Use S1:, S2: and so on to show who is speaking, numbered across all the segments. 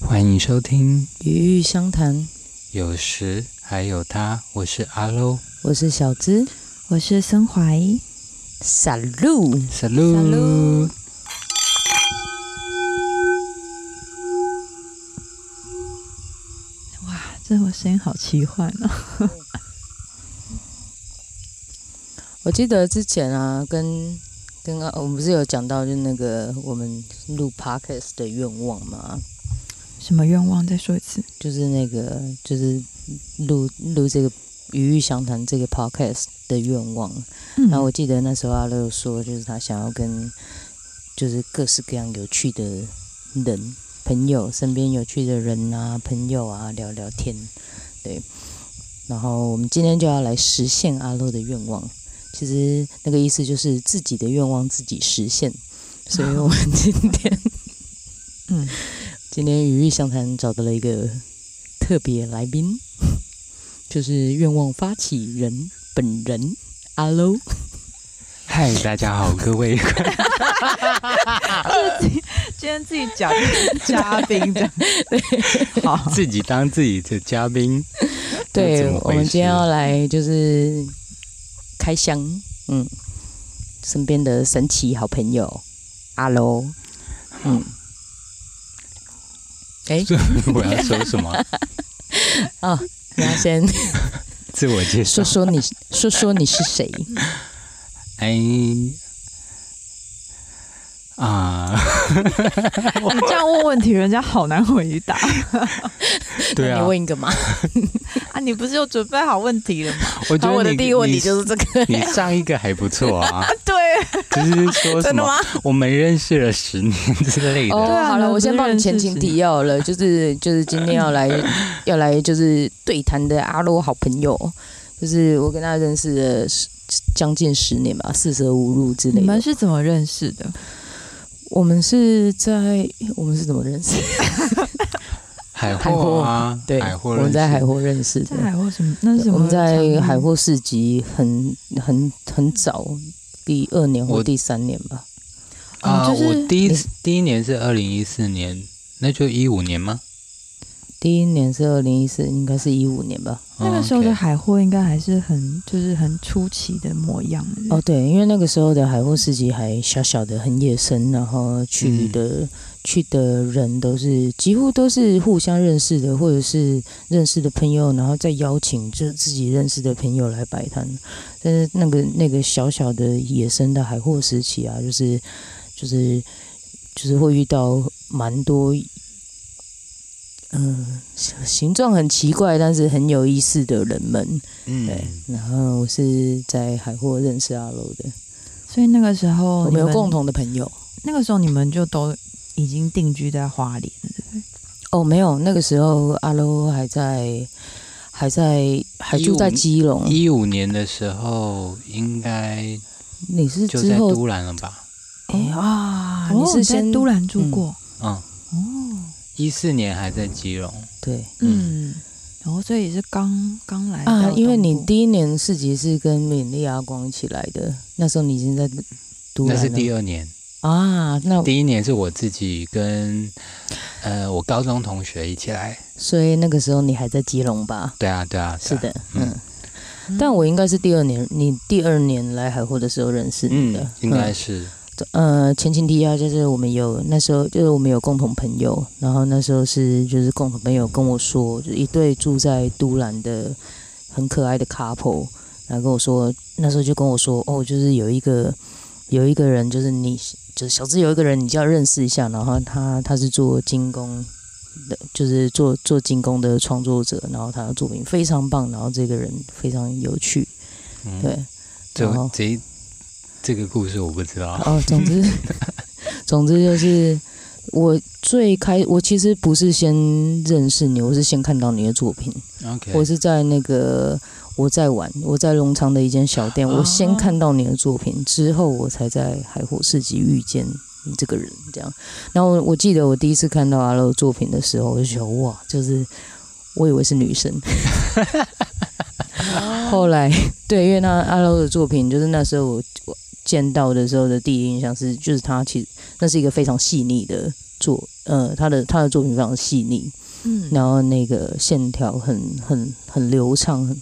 S1: 欢迎收听《
S2: 与玉相谈，
S1: 有时还有他》，我是阿 l
S2: 我是小资，
S3: 我是森怀。
S2: 傻路，
S1: s a l u
S3: Salut 哇，这我声音好奇幻哦！
S2: 我记得之前啊，跟跟啊我们不是有讲到，就那个我们录 podcast 的愿望嘛，
S3: 什么愿望？再说一次。
S2: 就是那个就是录录这个《与玉相谈》这个 podcast 的愿望。
S3: 嗯
S2: 然后我记得那时候阿乐说，就是他想要跟就是各式各样有趣的人、朋友身边有趣的人啊、朋友啊聊聊天，对。然后我们今天就要来实现阿乐的愿望，其实那个意思就是自己的愿望自己实现。所以我们今天
S3: 嗯，
S2: 今天语义相谈找到了一个特别来宾， 就是愿望发起人本人阿 l
S1: 嗨，大家好，各 位，
S3: 今天自己讲嘉 宾这样，好，
S1: 自己当自己的嘉 宾，这怎
S2: 对，
S1: 么
S2: 我
S1: 回
S2: 们今天
S1: 事
S2: 要来就是开箱，嗯，身边的神奇好朋友阿楼，嗯，哎、
S1: 我要说什 么？
S2: 你要先
S1: 自我介绍
S2: 说。说你，说说你是谁？
S1: 哎， 啊，
S3: 你这样问问题，人家好难回答
S1: 对
S2: 那
S1: 啊
S2: 你，问一个嘛。
S3: 啊！你不是有准备好问题了吗？
S1: 我觉得
S2: 然后我的
S1: 你
S2: 第一个问题就是是这个，
S1: 你上一个还不错 啊，
S3: 对，
S1: 就是说什
S2: 真的
S1: 么
S2: 吗？
S1: 我们认识了十年之类的。
S2: 哦，
S3: 对啊
S2: 好了，
S3: 人
S2: 我先
S3: 不
S2: 帮你
S3: 认识
S2: 前情
S3: 谁
S2: 提要了，就是就是今天 要来要来就是对谈的阿洛好朋友，就是我跟他认识了十将近十年吧，四舍五入之类
S3: 你
S2: 的
S3: 们。是怎么认识的？
S2: 我们是在我们是怎么认识？
S1: 海货啊，
S2: 对，
S1: 海货
S2: 我
S1: 认识，
S2: 们在海货认识
S3: 在
S2: 的。
S3: 海货什么？那是什么
S2: 我们
S3: 场
S2: 在
S3: 域
S2: 海货市集很很很早，第二年或
S1: 我
S2: 第三年吧。
S1: 啊、
S3: 哦就是
S1: 我第一次第一年是二零一四年，那就一五年吗？
S2: 第一年是二零一四，应该是一五年吧。
S3: 那个时候
S1: 哦
S3: 的
S1: ，OK
S3: 海货应该还是很就是很出奇的模样。
S2: 哦，对，因为那个时候的海货市集还小小的，很野生，然后去
S1: 嗯
S2: 的、去的人都是几乎都是互相认识的，或者是认识的朋友，然后再邀请就自己认识的朋友来摆摊。但是那个那个小小的野生的海货时期啊，就是就是就是会遇到蛮多。嗯，形状很奇怪，但是很有意思的人们，
S1: 嗯
S2: 对。然后我是在海货认识阿楼的，
S3: 所以那个时候
S2: 我哦
S3: 你
S2: 们有
S3: 们
S2: 共同的朋友。
S3: 那个时候你们就都已经定居在花莲了，对不对？
S2: 哦，没有，那个时候阿楼还在，还在，还住在基隆。
S1: 一五年的时候应该
S2: 你是
S1: 就
S2: 之
S1: 在
S2: 后
S1: 都兰了吧？
S2: 哎啊，
S3: 哦
S2: 你是先
S3: 在都兰住过？
S1: 嗯，
S3: 哦，
S1: 一四年还在基隆，
S2: 对
S1: 嗯
S3: 嗯，然后所以是刚刚来
S2: 啊
S3: 到，
S2: 因为你
S3: 东部
S2: 第一年市集是跟敏丽阿光一起来的，那时候你已经在都兰
S1: 那是
S2: 了。
S1: 第二年。
S2: 啊，那
S1: 第一年是我自己跟呃我高中同学一起来。
S2: 所以那个时候你还在基隆吧？
S1: 对啊，对啊，
S2: 是
S1: 对啊。
S2: 的，
S1: 嗯
S2: 嗯。但我应该是第二年，你第二年来海货的时候认识你的，
S1: 嗯，应该是
S2: 呃，前情提要就是我们有那时候就是我们有共同朋友，然后那时候是就是共同朋友跟我说，就是一对住在都兰的很可爱的 couple，然后跟我说那时候就跟我说哦，就是有一个有一个人就是你就是小资有一个人你就要认识一下，然后他他是做精工的，就是做做精工的创作者，然后他的作品非常棒，然后这个人非常有趣，
S1: 嗯，
S2: 对。
S1: 这
S2: 然后
S1: 这一这个故事我不知道。
S2: 哦，总之，总之就是我最开，我其实不是先认识你，我是先看到你的作品。
S1: OK，
S2: 我是在那个我在玩，我在隆昌的一间小店，我先看到你的作品之后，我才在海火市集遇见你这个人。这样，然后我我记得我第一次看到阿乐作品的时候，我就觉得哇，就是我以为是女生。后来，对，因为那阿乐的作品，就是那时候我我见到的时候的第一印象是，就是他其实那是一个非常细腻的作，呃，他的他的作品非常细腻，
S3: 嗯，
S2: 然后那个线条很很很流畅，很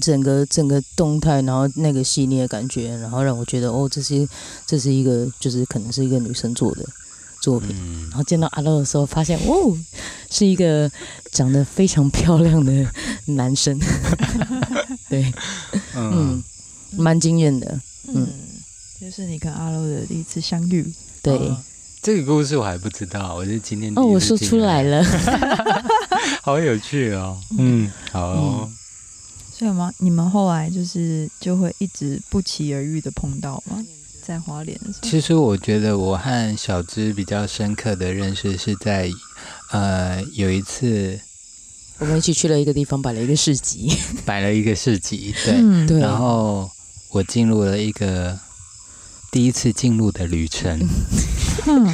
S2: 整个整个动态，然后那个细腻的感觉，然后让我觉得哦，这是这是一个就是可能是一个女生做的作品。
S1: 嗯
S2: 然，后见到阿乐的时候，发现哦，是一个长得非常漂亮的男生， 对，嗯
S1: 嗯，，
S2: 蛮惊艳的，
S3: 嗯，就是你跟阿洛的第一次相遇，
S2: 对。
S1: 哦这个故事我还不知道，嗯我是今天
S2: 哦，
S1: 第一
S2: 我
S1: 次
S2: 说
S1: 听
S2: 出来，了，
S1: 好有趣哦。嗯，好哦，
S3: 所以吗？你们后来就是就会一直不期而遇的碰到吗？在花莲的时候，
S1: 其实我觉得我和小芝比较深刻的认识是在，呃，有一次
S2: 我们一起去了一个地方，摆了一个市集，
S1: 摆了一个市集，对，
S3: 嗯
S2: 对
S1: 然后我进入了一个第一次进入的旅程，
S3: 嗯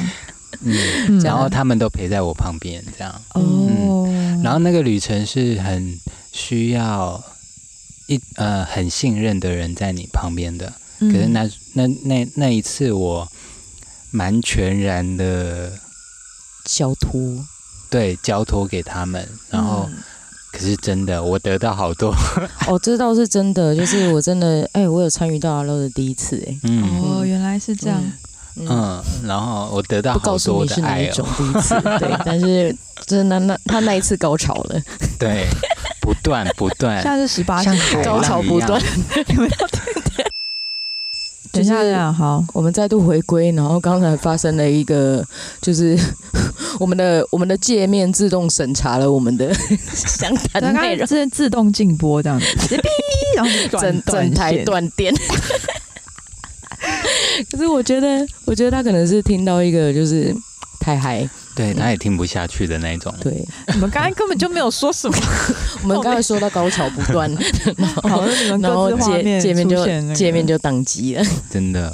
S1: 嗯，
S3: 嗯
S1: 然后他们都陪在我旁边这样，
S3: 哦，
S1: 然后那个旅程是很需要一呃很信任的人在你旁边的，
S3: 可
S1: 可是那那那那一次我蛮全然的
S2: 小图，
S1: 对交托给他们，
S2: 嗯
S1: 然后、可是真的我得到好多，
S2: 哦，这倒是真的，就是我真的，哎、我有参与到阿乐的第一次、哎，
S1: 嗯
S3: 哦，原来是这样，
S2: 嗯，
S1: 嗯，然后我得到
S2: 不
S1: 好
S2: 告诉
S1: 多
S2: 你
S1: 的
S2: 是哪
S1: 爱
S2: 一
S1: 哦。
S2: 种第一次，对，但是真的那那他那一次高潮了，
S1: 对，不断 不断
S3: 现，在是十八
S1: 像海
S2: 高潮
S1: 浪一
S2: 不
S1: 样
S2: 断。 就是
S3: 等一下，等一下，好，
S2: 我们再度回归，然后刚才发生了一个，就是 我们的我们的界面自动审查了我们的 详谈
S3: 对，刚
S2: 内
S3: 刚
S2: 容，
S3: 是自动静播这样子， 直接哔然后转
S2: 整整台
S3: 线
S2: 断电。 可是我觉得，我觉得他可能是听到一个就是太嗨，
S1: 对，他也听不下去的那种。
S2: 对
S3: 你们刚才根本就没有说什么，
S2: 我们刚才说到高潮不 断， 然后
S3: 好，那你们
S2: 然
S3: 各
S2: 后
S3: 自画
S2: 界
S3: 面
S2: 界面
S3: 出
S2: 就
S3: 现那个
S2: 界面就宕机了，
S1: 真的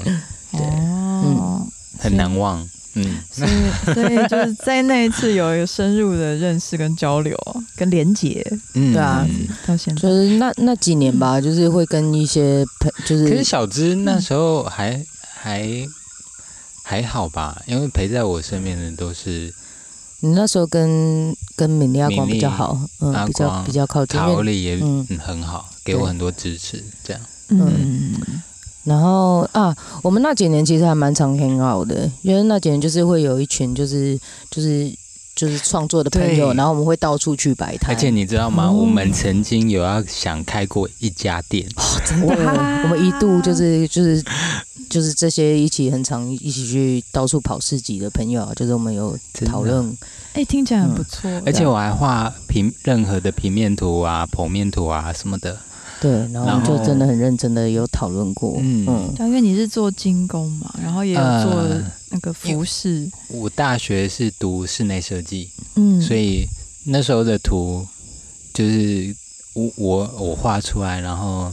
S2: 嗯
S3: 哦，
S1: 很难忘。嗯，
S3: 所以所以就是在那一次有一个深入的认识跟交流跟连结，
S1: 嗯
S2: 对啊
S3: 到现在
S2: 就是那那几年吧，就是会跟一些朋就
S1: 可
S2: 是
S1: 是小芝那时候还、还还好吧，因为陪在我身边的都是
S2: 你那时候跟跟敏丽阿光
S1: 敏丽
S2: 比较好，
S1: 阿
S2: 嗯，比较
S1: 光
S2: 比较靠近。因
S1: 桃
S2: 为
S1: 李也
S2: 嗯
S1: 嗯很好，给我很多支持。这样，
S3: 嗯
S2: 然后啊，我们那几年其实还蛮常 hang out 的，因为那几年就是会有一群就是就是就是创作的朋友，
S1: 对
S2: 然后我们会到处去摆
S1: 而
S2: 摊。
S1: 且你知道
S2: 嗯
S1: 吗？
S3: 哦
S1: 我们曾经有要想开过一家店，
S2: 真的，我们一度就是就是就是这些一起很常一起去到处跑市集的朋友啊，就是我们有
S1: 真的
S2: 讨，论，
S3: 哎，听起来很不错，
S1: 嗯而且我还画平任何的平面图啊、剖面图啊什么的。
S2: 对，然后我们就
S1: 然后
S2: 真的很认真的有讨论过，
S1: 嗯
S2: 嗯，
S3: 对啊，因为你是做精工嘛，然后也有做
S1: 呃
S3: 那个服饰，
S2: 呃
S1: 我大学是读室内设计，
S3: 嗯，
S1: 所以那时候的图就是我我我画出来，然后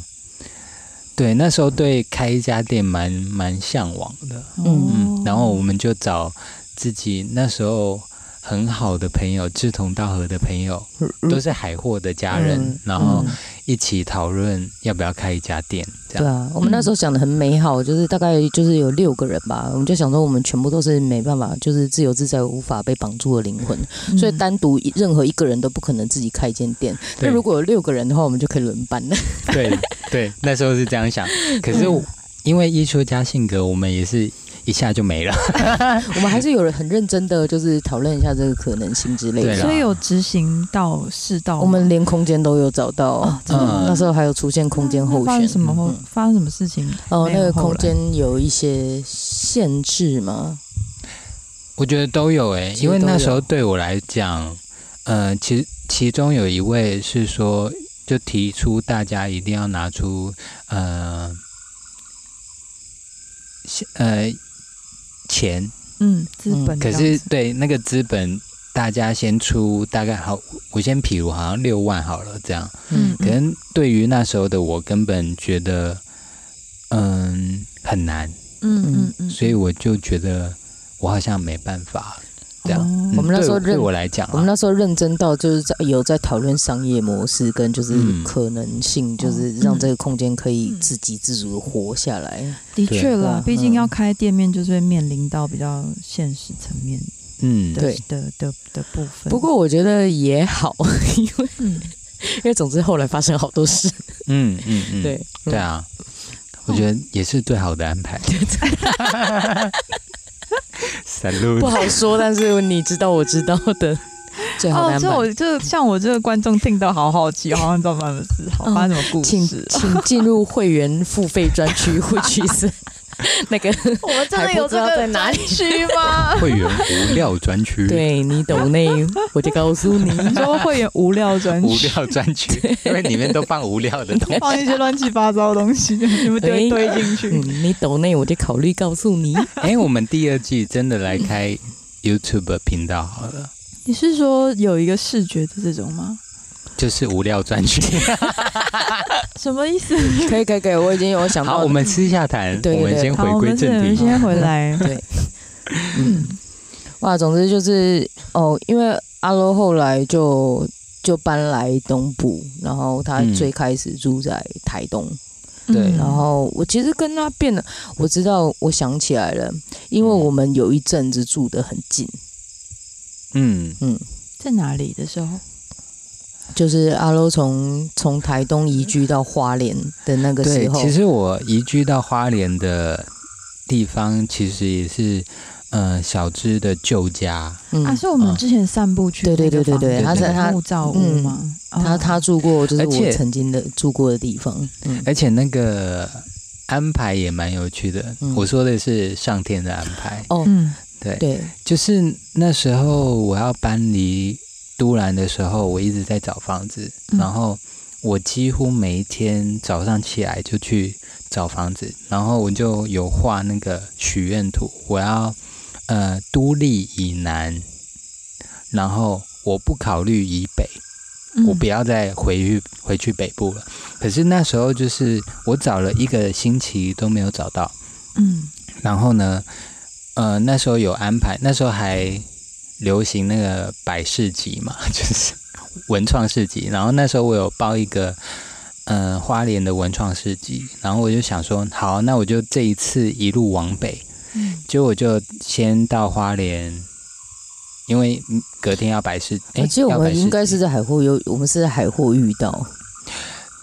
S1: 对那时候对开一家店蛮蛮向往的，
S3: 哦
S1: 嗯，然后我们就找自己那时候很好的朋友，志同道合的朋友，都是海货的家人，
S2: 嗯
S1: 然后
S2: 嗯
S1: 一起讨论要不要开一家店，这
S2: 对
S1: 样
S2: 啊，我们那时候想的很美好，就是大概就是有六个人吧，我们就想说我们全部都是没办法，就是自由自在、无法被绑住的灵魂，
S3: 嗯
S2: 所以单独一任何一个人都不可能自己开一间店。
S1: 对
S2: 那如果有六个人的话，我们就可以轮 班了。
S1: 对对，那时候是这样想，可是
S2: 嗯
S1: 我因为艺术家性格，我们也是一下就没了。
S2: 我们还是有人很认真的，就是讨论一下这个可能性之类
S1: 对啦
S2: 的。
S3: 所以有执行到世道吗，
S2: 我们连空间都有找到，
S3: 哦真的吗
S1: 嗯
S2: 那时候还有出现空间候
S3: 发
S2: 选
S3: 生什么后
S2: 嗯
S3: 发生什么事情？
S2: 哦，
S3: 没有
S2: 那个
S3: 后
S2: 空
S3: 来
S2: 间有一些限制吗？
S1: 我觉得都有诶、
S2: 其实
S1: 因为
S2: 都
S1: 那
S2: 有
S1: 时候对我来讲，呃，其其中有一位是说，就提出大家一定要拿出呃，现呃钱，
S3: 嗯，资本
S1: 可
S3: 这样
S1: 是
S3: 子
S1: 对那个资本，大家先出大概好，我先譬如好像六万好了这样，
S3: 嗯
S1: 可能对于那时候的我，根本觉得嗯很难，
S3: 嗯嗯嗯，
S1: 所以我就觉得我好像没办法。这样，
S3: 哦
S1: 嗯
S2: 我们那时候
S1: 对
S2: 认
S1: 对我来讲啊，
S2: 我们那时候认真到就是在有在讨论商业模式跟就是
S1: 嗯
S2: 可能性，就是让这个空间可以自给自足的活下来。
S3: 的确
S2: 对
S3: 啦
S2: 啊，
S3: 毕
S2: 嗯
S3: 竟要开店面，就是会面临到比较现实层面
S1: 嗯，
S3: 的
S2: 对
S3: 的的的部分。
S2: 不过我觉得也好， 因为
S3: 嗯，
S2: 因为总之后来发生好多事，
S1: 嗯嗯嗯，
S2: 对嗯
S1: 对啊，我觉得也是最好的安排。散路
S2: 嗯 不好说，但是你知道我知道的 最好的
S3: 哦，
S2: 安
S3: 这
S2: 排。
S3: 我这像我这个观众听到好好奇，好像知道发生什么事，
S2: 嗯
S3: 好发生什么故
S2: 请
S3: 事。
S2: 请进入会员付费专区，会去是 那个
S3: 我们
S2: 真的有这个还不知道在哪里专
S3: 区吗？
S1: 会员无料专区，，
S2: 对你懂内，我就告诉 你。
S3: 你说会员无聊专
S1: 无
S3: 区，
S1: 料专区，因为里面都放无聊的东西。
S3: 放一些乱七八糟的东西，你们
S2: 哎
S3: 堆堆进去
S2: 嗯。，你懂内我就考虑告诉你。
S1: 哎，我们第二季真的来开 YouTube 频道好了，
S3: 你是说有一个视觉的这种吗？
S1: 就是无料专区。
S3: 什么意思？
S2: 可以可以可以，我已经有想到
S1: 好，
S2: 了。
S1: 我们私下谈，
S2: 对对
S1: 我们先
S3: 好，
S1: 回
S3: 我
S1: 归
S3: 们这
S1: 正
S3: 人
S1: 题。
S3: 先回来。
S2: 嗯，哇，总之就是哦，因为阿罗后来就就搬来东部，然后他
S1: 嗯
S2: 最开始住在台东，
S1: 对
S3: 嗯
S2: 然后我其实跟他变得，我知道，我想起来了，因为我们有一阵子住得很近，
S1: 嗯，
S3: 在哪里的时候？
S2: 就是阿罗从从台东移居到花莲的那个
S1: 对
S2: 时，候，
S1: 其实我移居到花莲的地方，其实也是呃小芝的旧家。
S2: 嗯，
S3: 啊，是我们之前散步去
S2: 对对
S3: 那个
S2: 对对
S3: 房
S2: 对
S3: 子
S1: 他在
S2: 他
S3: 木造屋
S2: 嗯
S3: 吗？哦
S2: 他他住过，就是
S1: 而且
S2: 我曾经的住过的地方，嗯，
S1: 而且那个安排也蛮有趣的。
S2: 嗯
S1: 我说的是上天的安排，
S2: 哦，
S3: 嗯
S1: 对，
S2: 对，
S1: 就是那时候我要搬离都兰的时候，我一直在找房子，
S3: 嗯
S1: 然后我几乎每一天早上起来就去找房子，然后我就有画那个许愿图，我要呃都立以南，然后我不考虑以北。
S3: 嗯
S1: 我不要再回去回去北部了。可是那时候就是我找了一个星期都没有找到，
S3: 嗯
S1: 然后呢，呃，那时候有安排，那时候还流行那个百事集嘛， 就是文创市集。然后那时候我有报一个，呃，花莲的文创市集。然后我就想说，好，那我就这一次一路往北，
S3: 嗯
S1: 结果我就先到花莲。因为隔天要百事，哎、
S2: 我记得哦我
S1: 要百
S2: 们
S1: 事
S2: 应该
S1: 集
S2: 是在海货有，我们是在海货遇到，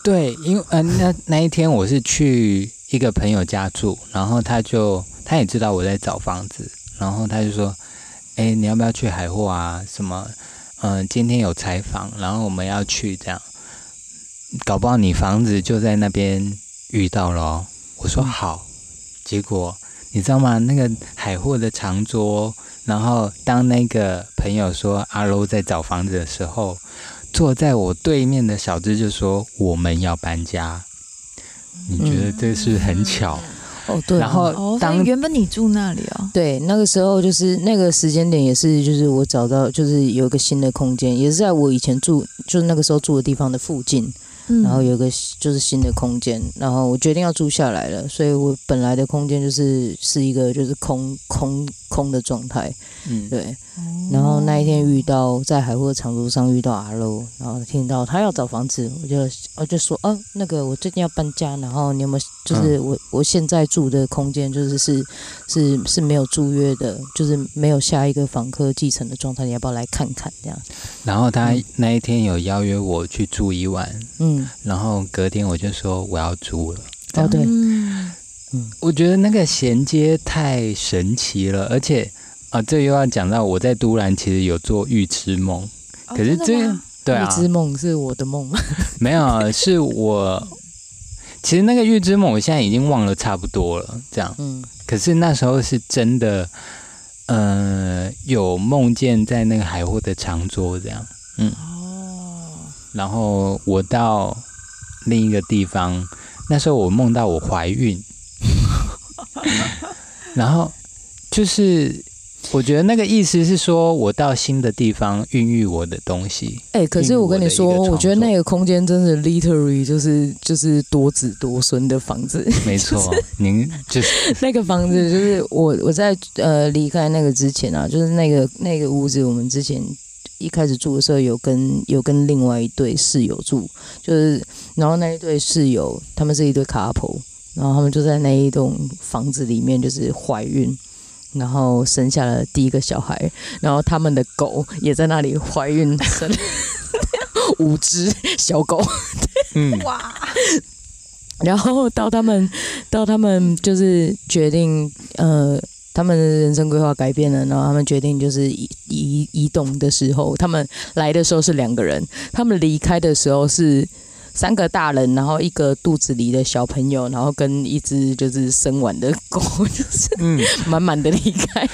S1: 对，因为呃，那那一天我是去一个朋友家住，然后他就他也知道我在找房子，然后他就说：“哎、你要不要去海货啊？什么？嗯、今天有采访，然后我们要去这样，搞不好你房子就在那边遇到了哦。”我说好，结果你知道吗？那个海货的长桌，然后当那个朋友说阿 l 在找房子的时候，坐在我对面的小芝就说：“我们要搬家。”你觉得这是很巧？
S2: 哦，对啊，
S1: 然后
S3: 哦，所
S1: 当
S3: 以原本你住那里哦，
S2: 对，那个时候就是那个时间点，也是就是我找到就是有一个新的空间，也是在我以前住就是那个时候住的地方的附近，
S3: 嗯
S2: 然后有一个就是新的空间，然后我决定要住下来了，所以我本来的空间就是是一个就是空空空的状态，
S1: 嗯，
S2: 对。
S3: 哦
S2: 然后那一天遇到在海货长途上遇到阿 l 然后听到他要找房子，我就我就说，哦、那个我最近要搬家，然后你有没有
S1: 嗯
S2: 就是我、我现在住的空间就是是是是没有住约的，就是没有下一个房客继承的状态，你要不要来看看这样？
S1: 然后他
S2: 嗯
S1: 那一天有邀约我去住一晚，
S2: 嗯，
S1: 然后隔天我就说我要租了。
S2: 哦对，
S3: 嗯
S1: 我觉得那个衔接太神奇了，而且啊，这又要讲到我在都兰其实有做预知梦，
S3: 哦
S1: 可是
S3: 真的
S1: 这
S3: 吗
S1: 对啊
S2: 预，知梦是我的梦吗？
S1: 没有啊是我。其实那个预知梦，我现在已经忘了差不多了，这样。
S2: 嗯，
S1: 可是那时候是真的，呃，有梦见在那个海货的长桌这样，
S3: 哦，
S1: 然后我到另一个地方，那时候我梦到我怀 孕，然后就是我觉得那个意思是说我到新的地方孕育我的东西，
S2: 哎、可是我跟你说，
S1: 嗯我的一个创
S2: 我觉得那个空间真的 literally 就是就是多子多孙的房子。
S1: 没错，您就是
S2: 那个房子就是我我在呃离开那个之前啊，就是那个那个屋子，我们之前一开始住的时候有跟有跟另外一对室友住，就是然后那一对室友他们是一对 couple，然后他们就在那一栋房子里面就是怀孕，然后生下了第一个小孩，然后他们的狗也在那里怀孕生 五只小狗，
S1: 嗯，
S3: 哇，
S2: 然后到他们到他们就是决定呃。他们的人生规划改变了，然后他们决定就是移移移动的时候，他们来的时候是两个人，他们离开的时候是三个大人，然后一个肚子里的小朋友，然后跟一只就是生完的狗， 就是
S1: 嗯，
S2: 满满的离开。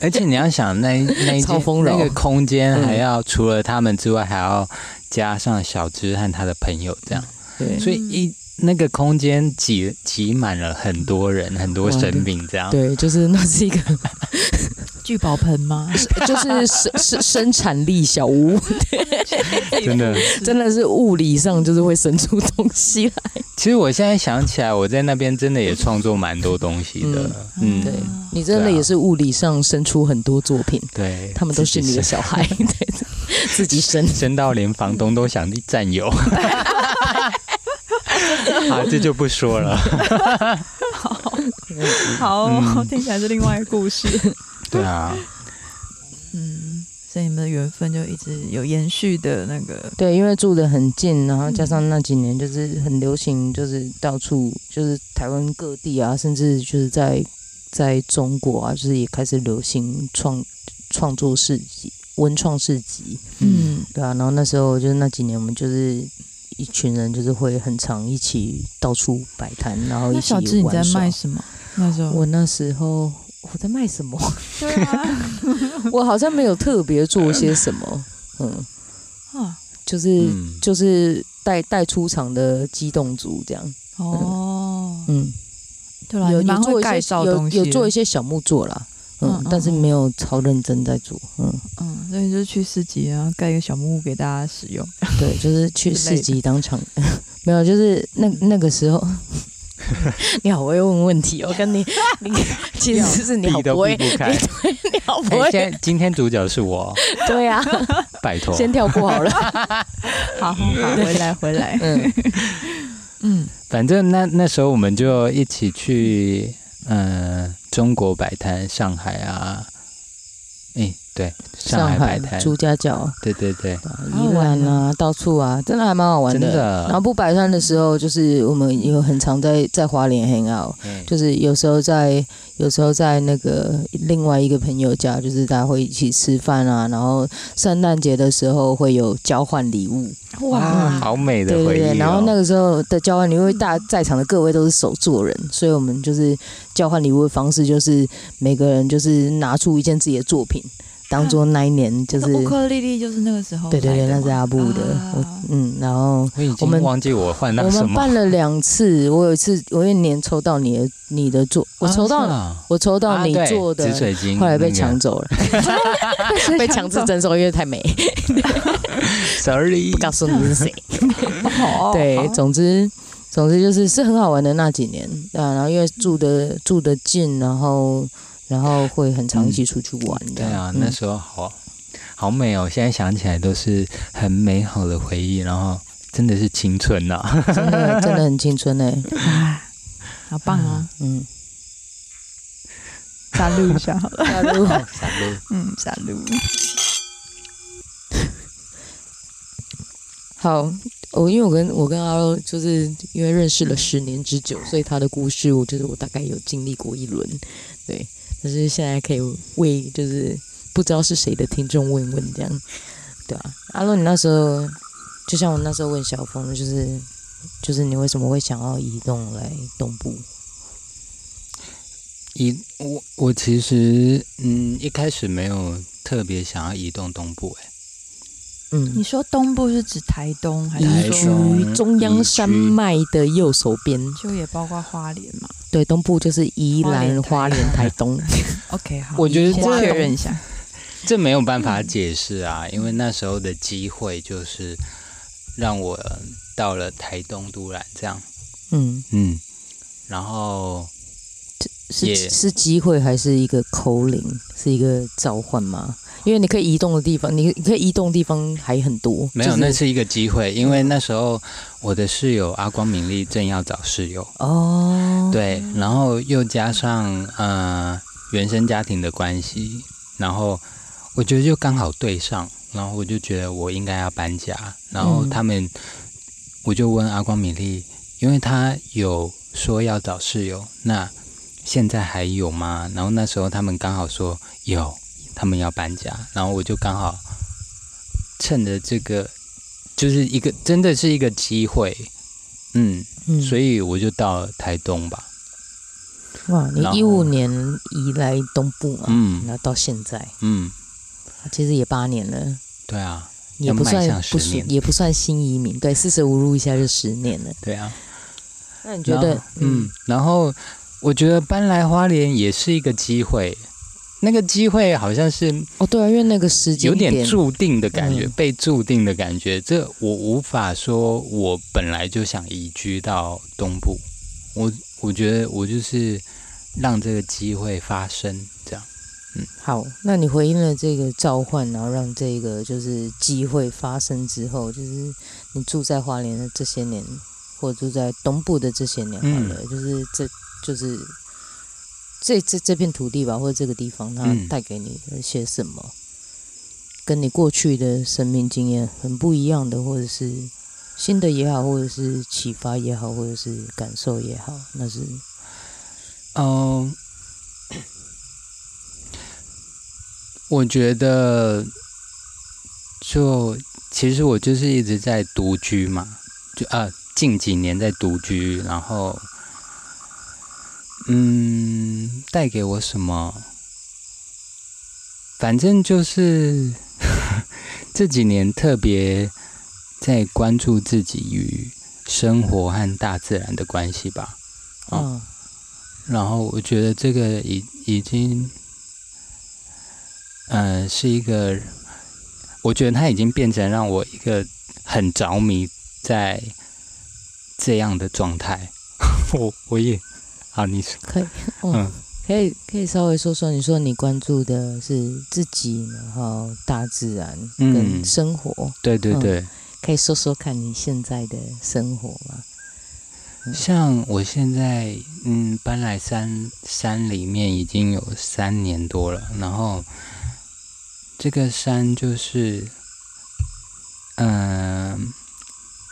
S1: 而且你要想那一那一
S2: 超
S1: 间
S2: 丰
S1: 那
S2: 饶
S1: 个空间，
S2: 嗯
S1: 还要除了他们之外，还要加上小芝和他的朋友这样，
S2: 对
S1: 所以
S3: 嗯
S1: 一那个空间挤挤满了很多人，很多神明这样。
S2: 对，就是那是一个，
S3: 聚宝盆 吗？
S2: 就是生生生产力小 屋，
S1: 真 的，
S2: 真的是物理上就是会生出东西来。
S1: 其实我现在想起来，我在那边真的也创作蛮多东西的。嗯，
S2: 对你真的也是物理上生出很多作品，
S1: 对，
S2: 他们都是
S1: 自己
S2: 你的
S1: 生
S2: 小孩， 对，自己生。
S1: 生到连房东都想占 有。啊，这就不说 了。
S3: 好哦、
S1: 嗯
S3: 听起来是另外一个故事。
S1: 对啊，
S3: 嗯， 所以你们的缘分就一直有延续的那个，
S2: 对，因为住得很近，然后加上那几年就是很流行，就是到处就是台湾各地啊，甚至就是在在中国啊，就是也开始流行创创作市集、文创市集，
S3: 嗯
S2: 对啊。然后那时候就是那几年，我们就是一群人，就是会很常一起到处摆摊，然后一
S3: 那
S2: 起
S3: 小智你在
S2: 玩耍
S3: 卖什么？那时候
S2: 我那时候我在卖什么？
S3: 对啊，
S2: 我好像没有特别做些什么，嗯，
S3: 啊
S2: 就是、
S1: 嗯，
S2: 就是带带出场的机动组这样，
S3: 哦，
S2: 嗯，
S3: 对了，
S2: 有
S3: 你
S2: 有
S3: 蛮
S2: 做
S3: 会
S2: 一些
S3: 盖造
S2: 有
S3: 东西
S2: 有
S3: 的，
S2: 做一些小木作啦，嗯，
S3: 嗯嗯
S2: 但是没有超认真在做，嗯，
S3: 嗯，所以就是去市集，然后盖一个小木屋给大家使用。
S2: 对，就是去
S3: 之类
S2: 市
S3: 的嗯
S2: 集当场，没有，就是那那个时候。 你好会问问题哦，跟 你你其实是你好
S1: 避
S2: 不
S1: 都避
S2: 会，
S1: 不开。
S2: 你好不
S1: 哎，
S2: 会，
S1: 现在今天主角是我，
S2: 对啊，
S1: 拜托。
S2: 先跳过好 了。
S3: 好好好， 回来回来，
S2: 嗯，
S3: 嗯
S1: 反正那那时候我们就一起去，嗯、中国摆摊，上海啊，哎、对，上海摆摊，
S2: 朱家角，
S1: 对对对，
S2: 宜兰啊，到处啊，真的还蛮好玩
S1: 真
S2: 的。然
S1: 的，
S2: 后不摆摊的时候，就是我们有很常在在花莲 hang out，
S1: 嗯
S2: 就是有时候在有时候在那个另外一个朋友家，就是大家会一起吃饭啊，然后圣诞节的时候会有交换礼物，
S1: 哇，
S3: 嗯
S1: 好美的
S2: 对对
S1: 回忆、哦
S2: 对，然后那个时候的交换礼物，大在场的各位都是手作人，所以我们就是交换礼物的方式，就是每个人就是拿出一件自己的作品，当做那一年就
S3: 那
S2: 是。
S3: 乌克丽丽就是那个时候
S2: 对对对，
S3: 哦买的
S2: 那是
S3: 吗
S2: 阿布的，
S3: 啊
S2: 我嗯，然后
S1: 我已
S2: 我
S1: 经
S2: 们
S1: 忘记我换到
S2: 我
S1: 什
S2: 们
S1: 么，
S2: 办了两次，我有一次我有一年抽到你的你的
S3: 哦
S2: 做，我抽到、
S1: 了，
S2: 我抽到
S1: 啊
S2: 你
S1: 对
S2: 做的，
S1: 紫水晶，嗯
S2: 后来被
S1: 那
S2: 抢
S1: 个
S2: 走 了，被强制征收，因为太美，
S1: ，sorry，
S2: 不告诉你是谁。
S3: 哦
S2: 对，总之总之就是是很好玩的那几年啊，然后因为住的住的近，然后然后会很常一起出去玩
S1: 对
S2: 的、
S1: 啊，
S2: 嗯
S1: 那时候好好美哦，现在想起来都是很美好的回忆，然后真的是青春呐、
S2: 嗯真的真的很青春哎、
S3: 哇好棒哦，
S2: 嗯，
S3: 加入一下好了，
S2: 加 入
S1: 傻路
S3: 嗯，加入，
S2: 好，我因为我跟我跟阿欧就是因为认识了十年之久，所以他的故事，我觉得我大概有经历过一轮，对。但是现在可以为就是不知道是谁的听众问问这样，对啊。阿洛，你那时候就像我那时候问小峰，就是就是你为什么会想要移动来东部？
S1: 移我我其实嗯一开始没有特别想要移动东部、欸，
S3: 你
S2: 嗯，
S3: 说东部是指台东还
S1: 台
S2: 移
S1: 中
S3: 是说
S2: 居中央山脉的右手边，
S3: 就也包括花莲嘛
S2: 对，东部就是宜兰、
S3: 花
S2: 花莲、台东。
S3: ？OK，好，
S1: 我觉得
S3: 先
S1: 这
S3: 确认一下，
S1: 这没有办法解释啊，
S2: 嗯
S1: 因为那时候的机会就是让我到了台东都兰这样，
S2: 嗯，
S1: 嗯，然后
S2: 是
S1: 也
S2: 是机会还是一个口令，是一个召唤吗？因为你可以移动的地方，你你可以移动的地方还很多。
S1: 没有、
S2: 就是
S1: 那是一个机会，因为那时候我的室友阿光明丽正要找室友，
S2: 哦，
S1: 对，然后又加上呃原生家庭的关系，然后我觉得就刚好对上，然后我就觉得我应该要搬家，然后他们、
S2: 嗯
S1: 我就问阿光米粒，因为他有说要找室友，那现在还有吗？然后那时候他们刚好说有，他们要搬家，然后我就刚好趁着这个，就是一个真的是一个机会，嗯，
S2: 嗯，
S1: 所以我就到了台东吧，
S2: 哇，你
S1: 然后
S2: 一五年移来东部嘛，
S1: 嗯
S2: 那到现在
S1: 嗯，
S2: 其实也八年了，
S1: 对啊，
S2: 也不算
S1: 要迈向
S2: 不
S1: 十
S2: 算
S1: 年
S2: 也不算新移民，对，四舍五入一下就十年了。
S1: 对啊，
S2: 那你觉得
S1: 然后，嗯，然后我觉得搬来花莲也是一个机会，那个机会好像是
S2: 哦，对啊，因为那个时间
S1: 有点注定的感觉，
S2: 嗯
S1: 被注定的感觉。这我无法说，我本来就想移居到东部，我我觉得我就是让这个机会发生，这样。
S2: 好，那你回应了这个召唤，然后让这个就是机会发生之后，就是你住在花莲的这些年，或者住在东部的这些年，好
S1: 嗯
S2: 了，就是这就是这这这片土地吧，或者这个地方，它
S1: 嗯
S2: 带给你了些什么，跟你过去的生命经验很不一样的，或者是新的也好，或者是启发也好，或者是感受也好，那是
S1: 嗯， 我觉得就其实我就是一直在独居嘛，就啊近几年在独居，然后嗯带给我什么？反正就是 这几年特别在关注自己与生活和大自然的关系吧。哦
S2: 嗯
S1: 然后我觉得这个已已经，嗯、是一个，我觉得它已经变成让我一个很着迷在这样的状态。 我我也，好，你说
S2: 可以， 哦、
S1: 嗯
S2: 可以可以稍微说说，你说你关注的是自己，然后大自然
S1: 嗯
S2: 跟生活，
S1: 对对对，
S2: 可以说说看你现在的生活吗？
S1: 像我现在嗯搬来山山里面已经有三年多了，然后这个山就是嗯、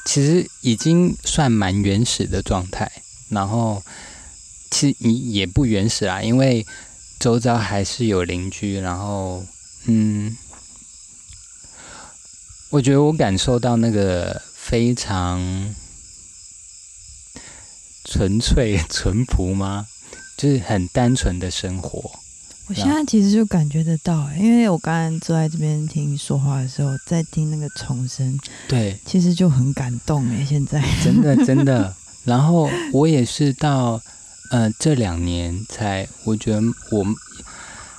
S1: 其实已经算蛮原始的状态，然后其实也也不原始啦，啊因为周遭还是有邻居，然后嗯，我觉得我感受到那个非常。纯粹 淳朴吗？就是很单纯的生活。
S3: 我现在其实就感觉得到、欸，因为我刚刚坐在这边听你说话的时候，在听那个重生，
S1: 对，
S3: 其实就很感动哎、欸现在，
S1: 真的真的。然后我也是到呃这两年才，我觉得我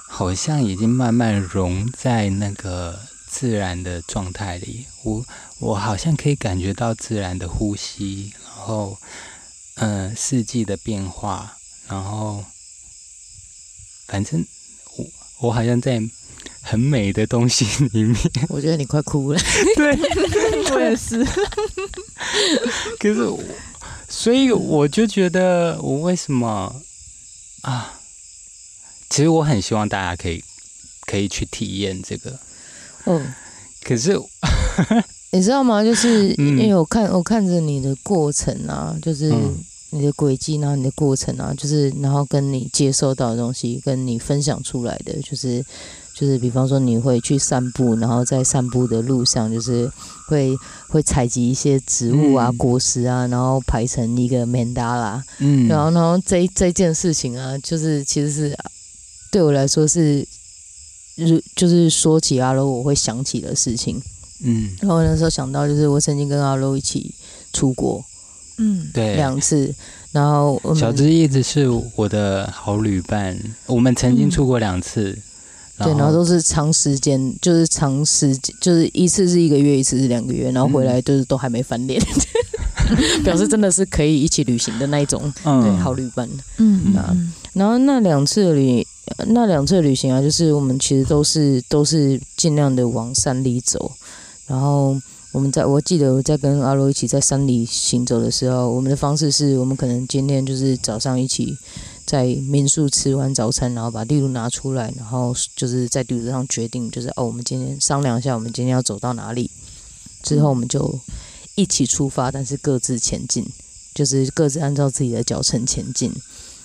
S1: 好像已经慢慢融在那个自然的状态里。我我好像可以感觉到自然的呼吸，然后嗯、呃四季的变化，然后反正我我好像在很美的东西里面。
S2: 我觉得你快哭了，
S1: 对，
S3: 我也是，
S1: 可是我，所以我就觉得我为什么啊？其实我很希望大家可以可以去体验这个，
S2: 哦，
S1: 可是
S2: 你知道吗？就是
S1: 嗯
S2: 因为我看我看着你的过程啊，就是
S1: 嗯
S2: 你的轨迹，然后你的过程啊，就是然后跟你接收到的东西，跟你分享出来的，就是就是比方说你会去散步，然后在散步的路上，就是会会采集一些植物啊、
S1: 嗯
S2: 果实啊，然后排成一个 mandala，、
S1: 嗯，
S2: 然后然后这这件事情啊，就是其实是对我来说是。就是就是说起阿罗，我会想起的事情，
S1: 嗯，
S2: 然后那时候想到，就是我曾经跟阿洛一起出国
S3: 嗯，
S1: 对，
S2: 两次，然后我
S1: 小
S2: 们
S1: 芝一直是我的好旅伴，我们曾经出过两次，
S2: 对，然后都是长时间，就是长时间，就是一次是一个月，一次是两个月，然后回来就是都还没翻脸， 表示真的是可以一起旅行的那一种，对，
S1: 嗯，
S2: 好旅伴。嗯
S3: 嗯嗯
S2: 然后那两次的旅，呃那两次的旅行啊，就是我们其实都是都是尽量的往山里走，然后我们在我记得我在跟阿洛一起在山里行走的时候，我们的方式是我们可能今天就是早上一起在民宿吃完早餐，然后把地图拿出来，然后就是在地图上决定，就是哦，我们今天商量一下，我们今天要走到哪里，之后我们就一起出发，但是各自前进，就是各自按照自己的脚程前进。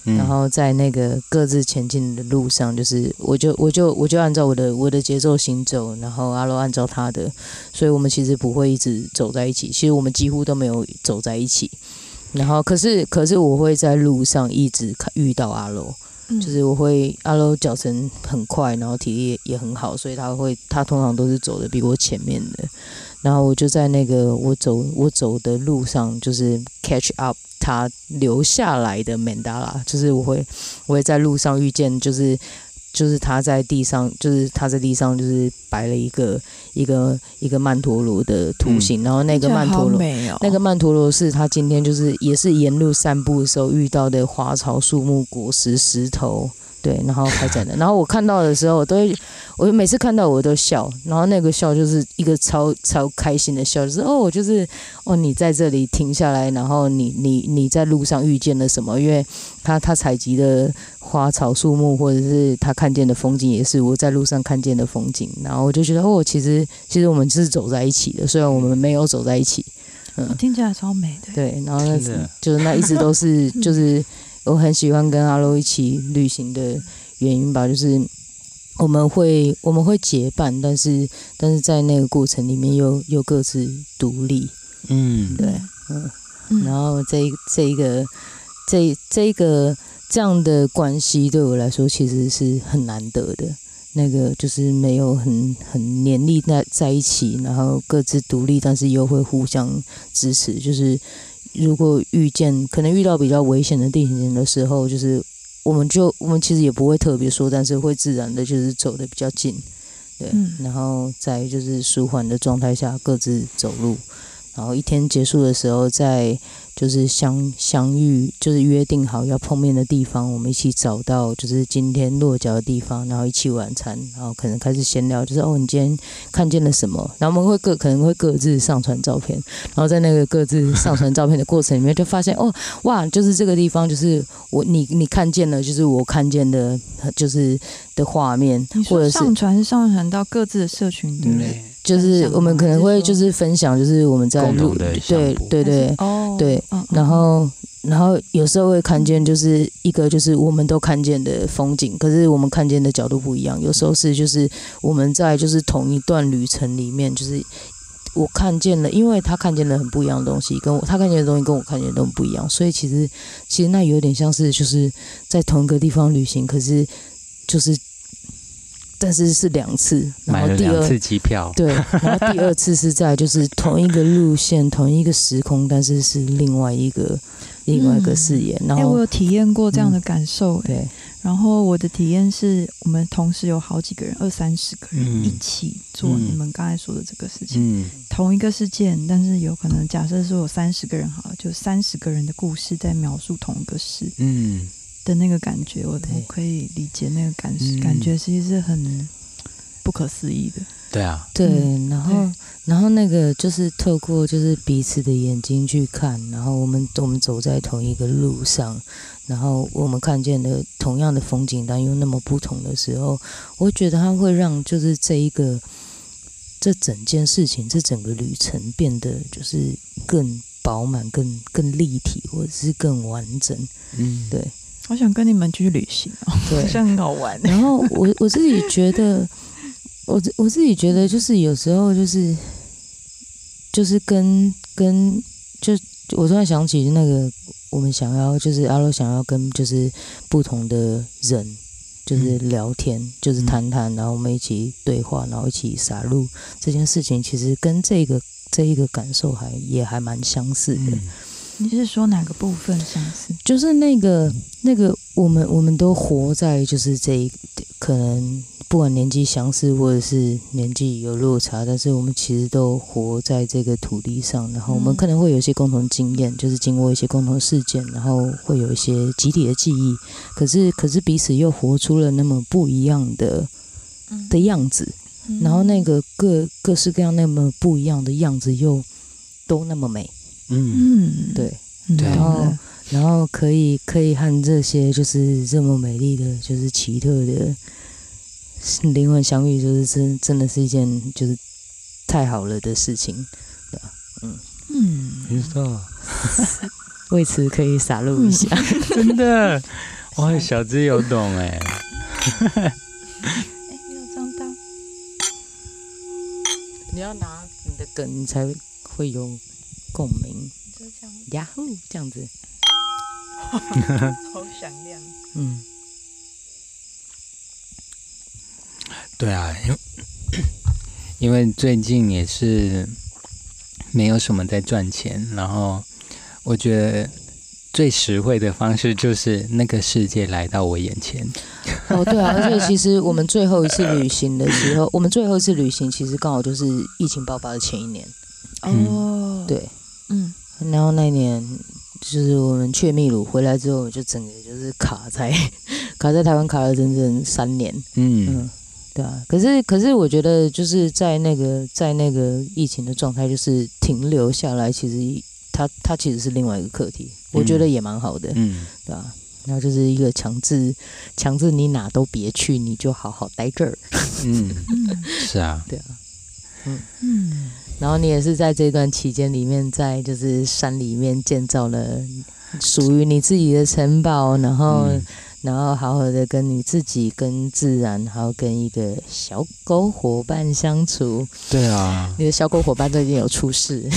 S1: 嗯
S2: 然后在那个各自前进的路上，就是我就我就我就按照我的我的节奏行走，然后阿洛按照他的，所以我们其实不会一直走在一起，其实我们几乎都没有走在一起。然后可是可是我会在路上一直看遇到阿洛，
S3: 嗯
S2: 就是我会阿洛脚程很快，然后体力也也很好，所以他会他通常都是走的比我前面的。然后我就在那个我走我走的路上，就是 catch up 他留下来的曼达拉，就是我会我会在路上遇见，就是就是他在地上，就是他在地上就是摆了一个一个一个曼陀罗的图形，然后那个曼陀罗。
S3: 没有
S2: 那个曼陀罗是他今天就是也是沿路散步的时候遇到的花草、树木、果实、石头，对，然后开展的。然后我看到的时候，我都会，我每次看到我都笑，然后那个笑就是一个超超开心的笑，就是哦，就是哦，你在这里停下来，然后你你你在路上遇见了什么？因为他他采集的花草树木，或者是他看见的风景，也是我在路上看见的风景。然后我就觉得哦，其实其实我们是走在一起的，虽然我们没有走在一起。嗯，
S3: 听起来超美的，
S2: 对，然后那
S1: 真的
S2: 就是那一直都是就是我很喜欢跟阿洛一起旅行的原因吧，就是我们会我们会结伴，但是但是在那个过程里面又又各自独立，
S1: 嗯，
S2: 对，嗯，然后这一这一个这这一个这样的关系对我来说其实是很难得的。那个就是没有很很黏腻在在一起，然后各自独立，但是又会互相支持。就是如果遇见可能遇到比较危险的地形的时候，就是我们就我们其实也不会特别说，但是会自然的就是走的比较近，对，
S3: 嗯
S2: 然后在就是舒缓的状态下各自走路，然后一天结束的时候再就是相相遇，就是约定好要碰面的地方，我们一起找到就是今天落脚的地方，然后一起晚餐，然后可能开始闲聊，就是哦你今天看见了什么，然后我们会各可能会各自上传照片，然后在那个各自上传照片的过程里面，就发现哦哇，就是这个地方就是我你你看见了，就是我看见的，就是的画面
S3: 你，
S2: 或
S3: 说
S2: 者是
S3: 上传是上传到各自的社群，对不对？
S1: 对，
S2: 就是我们可能会就是分享，就是我们在
S1: 共
S2: 录
S1: 同的项目
S2: 对嗯对对
S3: 还是，哦，
S2: 对
S3: 嗯，嗯
S2: 然后然后有时候会看见，就是一个就是我们都看见的风景，可是我们看见的角度不一样。有时候是就是我们在就是同一段旅程里面，就是我看见了，因为他看见了很不一样的东西，跟我他看见的东西跟我看见的都不一样，所以其实其实那有点像是就是在同一个地方旅行，可是就是但是是两次，然
S1: 买
S2: 后
S1: 了
S2: 第
S1: 两
S2: 二
S1: 次机票，
S2: 对，然后第二次是在就是同一个路线、同一个时空，但是是另外一个另外一个视野。然
S3: 哎，我
S2: 后嗯
S3: 有体验过这样的感受，哎，
S2: 对，
S3: 然后我的体验是我们同时有好几个人，二三十个人
S1: 嗯
S3: 一起做
S1: 嗯
S3: 你们刚才说的这个事情，
S1: 嗯
S3: 同一个事件，但是有可能假设说有三十个人好了，就三十个人的故事在描述同一个事
S1: 嗯，
S3: 的那个感觉，我
S2: 对
S3: 我可以理解那个感、
S1: 嗯
S3: 感觉，其实是很不可思议的。
S1: 对啊，
S2: 对，
S3: 嗯
S2: 然后
S3: 对
S2: 然后那个就是透过就是彼此的眼睛去看，然后我们我们走在同一个路上，然后我们看见的同样的风景，但又那么不同的时候，我觉得它会让就是这一个这整件事情，这整个旅程变得就是更饱满、更更立体，或者是更完整。
S1: 嗯，
S2: 对
S3: 好想跟你们去旅行哦，
S2: 对
S3: 好，像很好玩。
S2: 然后我我自己觉得，我自我自己觉得就是有时候就是就是跟跟就我突然想起那个我们想要就是阿洛想要跟就是不同的人。就是聊天，就是谈谈，然后我们一起对话，然后一起撒露这件事情，其实跟这个这一个感受还也还蛮相似的。
S1: 嗯
S3: 你是说哪个部分相似？
S2: 就是那个那个，我们我们都活在就是这一可能不管年纪相似或者是年纪有落差，但是我们其实都活在这个土地上，然后我们
S3: 嗯
S2: 可能会有一些共同经验，就是经过一些共同事件，然后会有一些集体的记忆，可是可是彼此又活出了那么不一样的
S3: 嗯
S2: 的样子，然后那个各各式各样那么不一样的样子又都那么美，
S1: 嗯
S3: 嗯，
S2: 对，
S3: 嗯
S1: 对
S3: 懂了
S2: 然后可以可以和这些就是这么美丽的，就是奇特的灵魂相遇，就是真真的是一件就是太好了的事情。
S3: 嗯，
S1: 没错，
S2: 为此可以洒露一下，
S1: 真 的，哇，小资有懂哎、
S3: 哎，没有张大，
S2: 你要拿你的梗，你才会有共鸣。
S3: 就这样，
S2: 呀呼，这样子，
S3: 好响亮。
S2: 嗯，
S1: 对啊，因为 因为最近也是没有什么在赚钱，然后我觉得最实惠的方式就是那个世界来到我眼前。
S2: 哦对啊，而且其实我们最后一次旅行的时候，我们最后一次旅行其实刚好就是疫情爆发的前一年，
S3: 哦，
S2: 对，
S3: 嗯，
S2: 然后那一年就是我们去秘鲁回来之后，就整个就是卡在 卡在台湾卡了整整三年，
S1: 嗯，
S2: 嗯，对啊。可是可是我觉得就是在那个在那个疫情的状态，就是停留下来，其实它它其实是另外一个课题，我觉得也蛮好的，
S1: 嗯，
S2: 对啊。然后就是一个强制强制你哪都别去，你就好好待这儿，
S1: 嗯，
S3: 嗯
S1: 是啊，
S2: 对啊。
S3: 嗯，
S2: 然后你也是在这段期间里面，在就是山里面建造了属于你自己的城堡，然后、
S1: 嗯
S2: 然后好好的跟你自己、跟自然，还有跟一个小狗伙伴相处。
S1: 对啊，
S2: 你的小狗伙伴最近有出 事，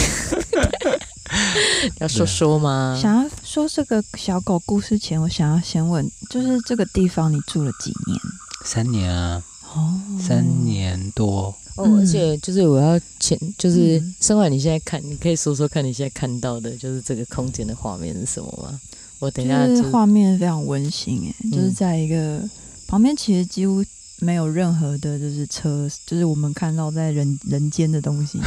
S2: 要说说吗？
S3: 啊想要说这个小狗故事前，我想要先问，就是这个地方你住了几年？
S1: 三年啊，
S3: 哦，
S1: 三年多，
S2: 哦，
S3: 嗯
S2: 而且就是我要前，就是
S3: 嗯
S2: 生完你现在看，你可以说说看你现在看到的，就是这个空间的画面是什么吗？我等一下
S3: 就是
S2: 就
S3: 画面非常温馨哎、
S2: 嗯
S3: 就是在一个旁边其实几乎没有任何的，就是车，就是我们看到在人人间的 东西，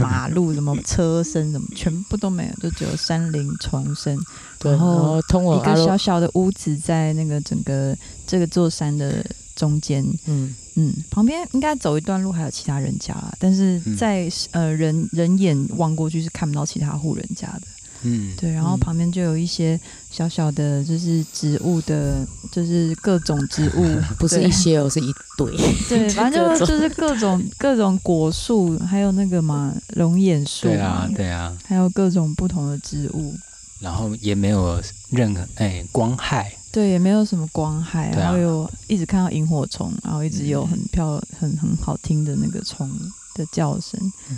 S3: 马路什么车身什么全部都没有，就只有山林丛生，
S2: 对，然
S3: 然后
S2: 后通
S3: 哦
S2: 往
S3: 一
S2: 哦阿
S3: 个小
S2: 洛，
S3: 小的屋子在那个整个这个座山的中间，
S2: 嗯，
S3: 嗯，旁边应该走一段路还有其他人家啦，但是
S1: 嗯
S3: 在、呃人人眼望过去是看不到其他户人家的。
S1: 嗯，
S3: 对，然后
S2: 嗯，
S3: 旁边就有一些小小的，就是植物的，就是各种植物
S2: 不是一些哦，是一堆。
S3: 对，对，反正
S2: 各种
S3: 就就是各种各种果树，还有那个嘛龙眼树
S1: 对
S3: 嘛
S1: 啊，，对啊，
S3: 还有各种不同的植物，
S1: 然后也没有任何哎、光害，
S3: 对，也没有什么光害，
S1: 对啊
S3: 然后有一直看到萤火虫，然后一直
S2: 嗯
S3: 有很漂很很好听的那个虫的叫声，
S1: 嗯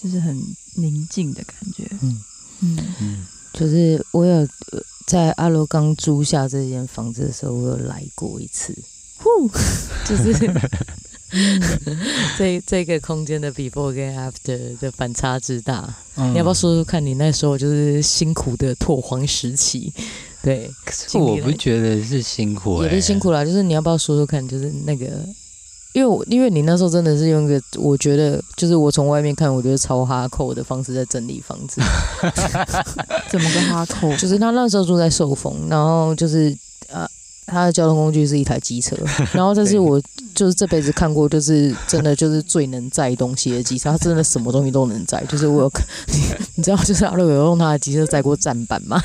S3: 就是很宁静的感觉，
S2: 嗯
S3: 嗯 嗯
S1: 嗯
S2: 就是我有呃在阿罗刚租下这间房子的时候，我有来过一次，呼，就是 这这个空间的 before 跟 after 的反差之大。
S1: 嗯
S2: 你要不要说说看你那时候就是辛苦的拓荒时期？对，
S1: 可是我不觉得是辛苦、哎，
S2: 也不是辛苦啦，就是你要不要说说看，就是那个。因为我因为你那时候真的是用一个，我觉得就是我从外面看，我觉得超哈扣的方式在整理房子，
S3: 怎么个哈口？
S2: 就是他那时候住在寿丰，然后就是呃，他的交通工具是一台机 车，然后这是
S1: 对
S2: 我就是这辈子看过，就是真的就是最能载东西的机车，他真的什么东西都能载。就是我有， 你知道，就是阿乐有用他的机车载过站板吗？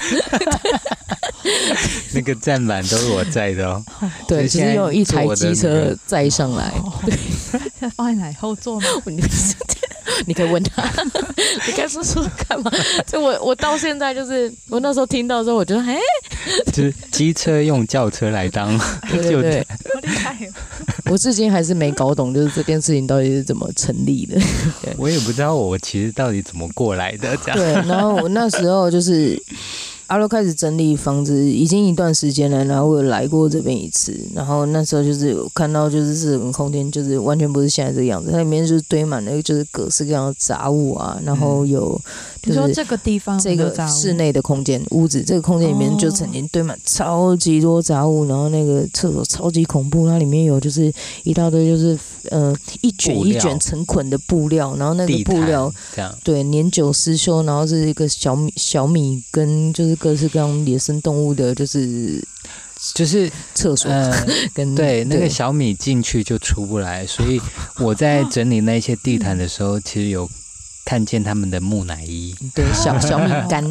S1: 那个站板都是我在的哦。
S2: 对，
S1: 所以现
S2: 就是
S1: 在
S2: 用一台机
S1: 坐我的那
S2: 车
S1: 个
S2: 载上来。
S3: 放在哪里 后座吗？
S2: 你你可以问他，你该说说干嘛？就我我到现在就是我那时候听到之后，我觉得哎，
S1: 就是机车用轿车来当
S2: 对对
S1: 就
S2: 对，
S3: 好厉害哦！
S2: 我至今还是没搞懂，就是这件事情到底是怎么成立的。
S1: 我也不知道我其实到底怎么过来的，这样
S2: 对，然后我那时候就是阿洛开始整理房子，已经一段时间了。然后我有来过这边一次，然后那时候就是有看到就是这种空间，就是完全不是现在这个样子。它里面就是堆满了就是各式各样的杂物啊，然后有
S3: 你
S2: 就
S3: 说
S2: 是
S3: 这个地方有
S2: 这
S3: 没有
S2: 个
S3: 杂物
S2: 室内的空间屋子，这个空间里面就
S1: 哦
S2: 曾经堆满超级多杂物，然后那个厕所超级恐怖，它里面有就是一大堆就是呃一卷
S1: 布
S2: 一
S1: 料
S2: 卷成捆的布料，然后那个
S1: 地
S2: 布
S1: 毯
S2: 料。
S1: 这样，
S2: 对，年久失修，然后是一个小米小米跟就是各式各样野生动物的，就是
S1: 就是
S2: 厕所、
S1: 呃，
S2: 跟
S1: 对，那个小米进去就出不来，所以我在整理那些地毯的时候，其实有看见他们的木乃伊，
S2: 对，小小米干，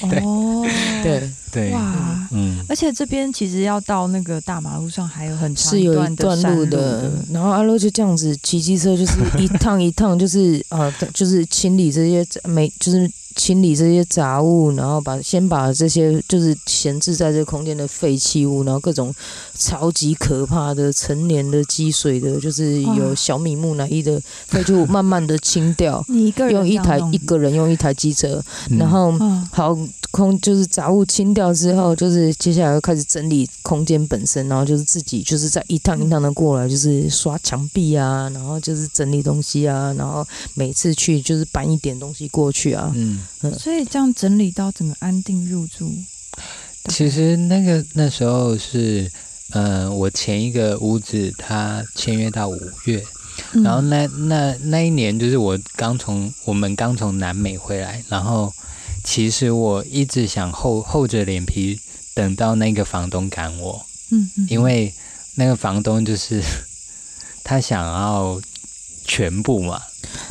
S3: 哦，
S2: 对，
S1: 对，
S3: 哇。
S1: 嗯，
S3: 而且这边其实要到那个大马路上还有很长
S2: 是有
S3: 段
S2: 一段
S3: 山
S2: 路
S3: 的
S2: 的，，然后阿洛就这样子骑机车，就是一趟一趟，就是啊，就是清理这些没，就是清理这些杂物，然后把先把这些就是闲置在这个空间的废弃物，然后各种超级可怕的成年的积水的，就是有
S3: 哇，
S2: 小米木乃伊的废弃物，慢慢的清掉
S3: 你一个人
S2: 用一
S3: 这样
S2: 台
S3: 弄
S2: 一个人用一台机车，
S1: 嗯
S2: 然后。
S3: 啊，
S2: 好空就是杂物清掉之后，就是接下来又开始整理空间本身，然后就是自己就是在一趟一趟的过来，就是刷墙壁啊，然后就是整理东西啊，然后每次去就是搬一点东西过去啊。
S1: 嗯，
S3: 所以这样整理到整个安定入住。对
S1: 其实那个那时候是，呃，我前一个屋子他签约到五月，
S3: 嗯
S1: 然后那那那一年就是我刚从我们刚从南美回来，然后其实我一直想厚厚着脸皮等到那个房东赶我，
S3: 嗯嗯，
S1: 因为那个房东就是 他想要全部嘛，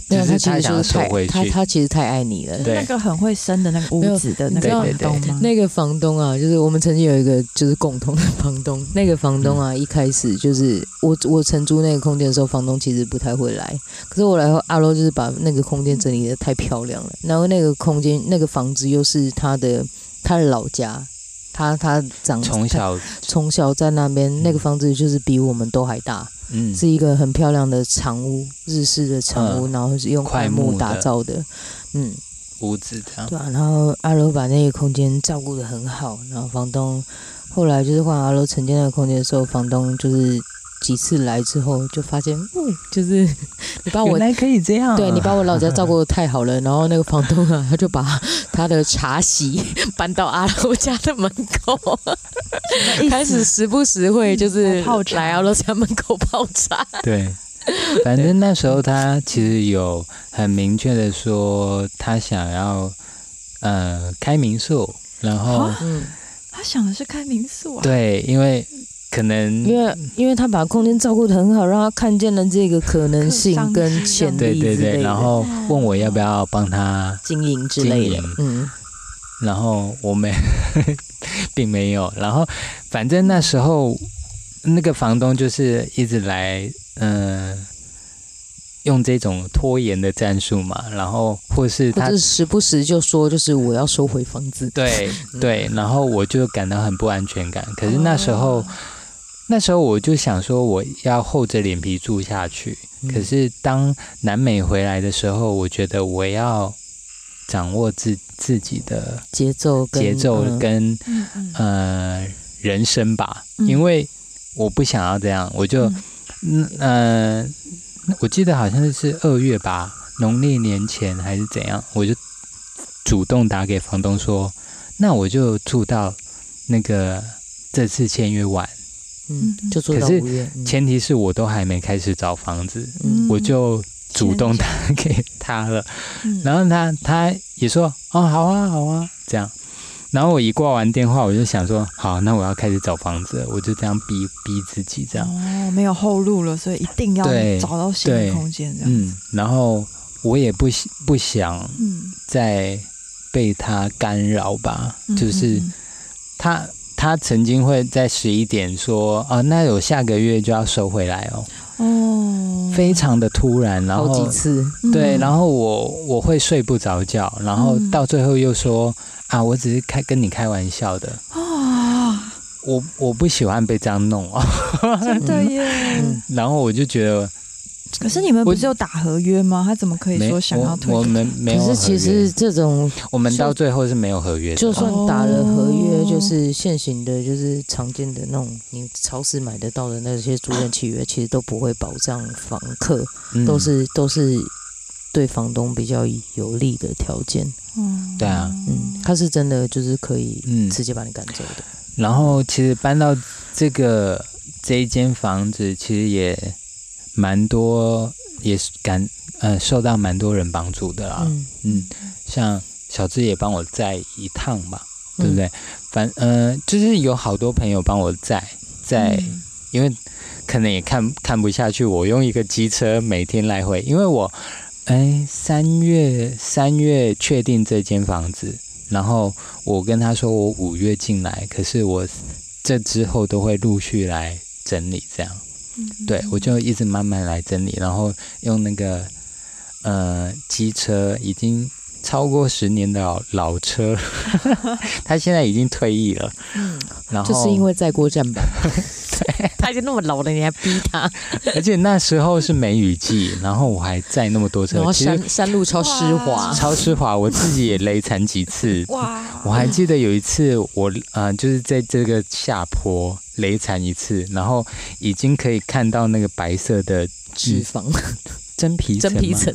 S2: 没有，
S1: 只
S2: 他
S1: 是
S2: 其
S1: 他
S2: 实
S1: 想
S2: 就
S1: 要
S2: 是
S1: 收
S2: 太
S1: 回
S2: 他
S1: 去，
S2: 他其实太爱你了。
S1: 对
S3: 嗯那个很会生的那个
S2: 没
S3: 屋
S2: 有
S3: 子的那
S2: 你知
S3: 个
S2: 道
S3: 房东
S1: 嗯
S3: 吗？
S2: 那个房东啊，就是我们曾经有一个就是共同的房东，那个房东
S1: 嗯
S2: 啊，一开始就是我我承租那个空间的时候，房东其实不太会来，可是我来后阿罗就是把那个空间整理的太漂亮了，然后那个空间那个房子又是他的他的老家，他他长
S1: 从
S2: 他
S1: 小
S2: 从小在那边，那个房子就是比我们都还大，
S1: 嗯
S2: 是一个很漂亮的长屋，日式的长屋，然后是用
S1: 块
S2: 块
S1: 木
S2: 木打
S1: 的
S2: 造的，嗯。
S1: 屋子这样，
S2: 对啊，然后阿罗把那个空间照顾得很好，然后房东后来就是换阿罗承建那个空间的时候，房东就是几次来之后就发现，嗯，就是你把我
S1: 原。来可以这样啊、
S2: 对你把我老家照顾的太好了，然后那个房东啊，他就把他的茶席搬到阿罗家的门 口，
S3: 意思
S2: 开始时不时会就是
S3: 嗯泡茶
S2: 来阿罗家门口泡茶。
S1: 对，反正那时候他其实有很明确的说，他想要呃开民宿，然后
S3: 啊
S2: 嗯，
S3: 他想的是开民宿啊，
S1: 对，因为可能
S2: 因为因为他把空间照顾的很好，让他看见了这个可能性跟潜
S1: 对
S2: 力之
S1: 对
S2: 类的。
S1: 对，然后问我要不要帮他，
S2: 经营之类
S1: 经
S2: 的
S1: 营。
S2: 嗯，
S1: 然后我没， 并没有，然后反正那时候那个房东就是一直来，嗯、用这种拖延的战术嘛，然后或是
S2: 或
S1: 他
S2: 者是时不时就说，就是我要收回房 子。嗯
S1: 对对，然后我就感到很不安全感。可是那时候，
S2: 哦
S3: 哦
S1: 那时候我就想说，我要厚着脸皮住下去。
S2: 嗯
S1: 可是当南美回来的时候，我觉得我要掌握自自己的
S2: 节奏跟
S1: 节奏
S2: 嗯
S1: 跟
S3: 嗯嗯
S1: 呃人生吧，
S3: 嗯
S1: 因为我不想要这样，我就嗯呃，我记得好像是二月吧，农历年前还是怎样，我就主动打给房东说，那我就住到那个这次签约完，
S2: 嗯，就做到
S1: 可是
S2: 五月。嗯
S1: 前提是我都还没开始找房子，
S2: 嗯
S1: 我就主动打给他了。
S3: 嗯
S1: 然后他他也说哦好啊好啊这样，然后我一挂完电话我就想说好那我要开始找房子了，我就这样逼逼自己这样，
S3: 哦，没有后路了，所以一定要
S1: 对
S3: 找到新的
S1: 对
S3: 空间这样
S1: 嗯
S3: 子。，
S1: 然后我也不喜不想
S3: 嗯，
S1: 再被他干扰吧，
S3: 嗯
S1: 就是
S3: 嗯
S1: 他他曾经会在十一点说啊那有下个月就要收回来哦，
S3: 嗯哦，
S1: 非常的突然，然
S2: 好
S1: 后
S2: 几次，
S1: 对，
S3: 嗯
S1: 然后我我会睡不着觉，然后
S3: 嗯
S1: 到最后又说啊我只是开跟你开玩笑的。
S3: 啊，
S1: 我我不喜欢被这样弄啊，
S3: 哦真的耶！
S2: 嗯
S1: 然后我就觉得
S3: 可是你们
S1: 我
S3: 不是有打合约吗？他怎么可以
S1: 没
S3: 说想要退
S1: 我我
S3: 给？
S1: 们没有
S2: 可
S1: 合约，
S2: 是其实这种
S1: 我们到最后是没有合约的，哦
S2: 就算打了合约，
S3: 哦
S2: 就是现行的，就是常见的那种你超市买得到的那些租赁契约，其实都不会保障房客，
S1: 嗯
S2: 都是都是对房东比较有利的条件。
S3: 嗯
S1: 对啊，
S2: 嗯，他是真的就是可以
S1: 嗯，
S2: 直接把你赶走的。
S1: 然后其实搬到这个这一间房子，其实也蛮多，也是感呃受到蛮多人帮助的啦，
S2: 嗯，
S1: 嗯，像小智也帮我载一趟吧，对不对？反呃就是有好多朋友帮我载载。
S3: 嗯
S1: 因为可能也看看不下去，我用一个机车每天来回，因为我哎，三月三月确定这间房子，然后我跟他说我五月进来，可是我这之后都会陆续来整理，这样，
S3: 嗯
S1: 对我就一直慢慢来整理，然后用那个呃机车已经。超过十年的老老车， 他现在已经退役了。嗯，然后
S2: 就是因为在过站吧， 他已经那么老了，你还逼他？
S1: 而且那时候是梅雨季，然后我还载那么多车，
S2: 然后
S1: 其实
S2: 山山路超湿滑，
S1: 超湿滑，我自己也雷惨几次。
S3: 哇，
S1: 我还记得有一次我呃，就是在这个下坡雷惨一次，然后已经可以看到那个白色的
S2: 脂肪、
S1: 真皮
S2: 真皮
S1: 吗
S2: 层，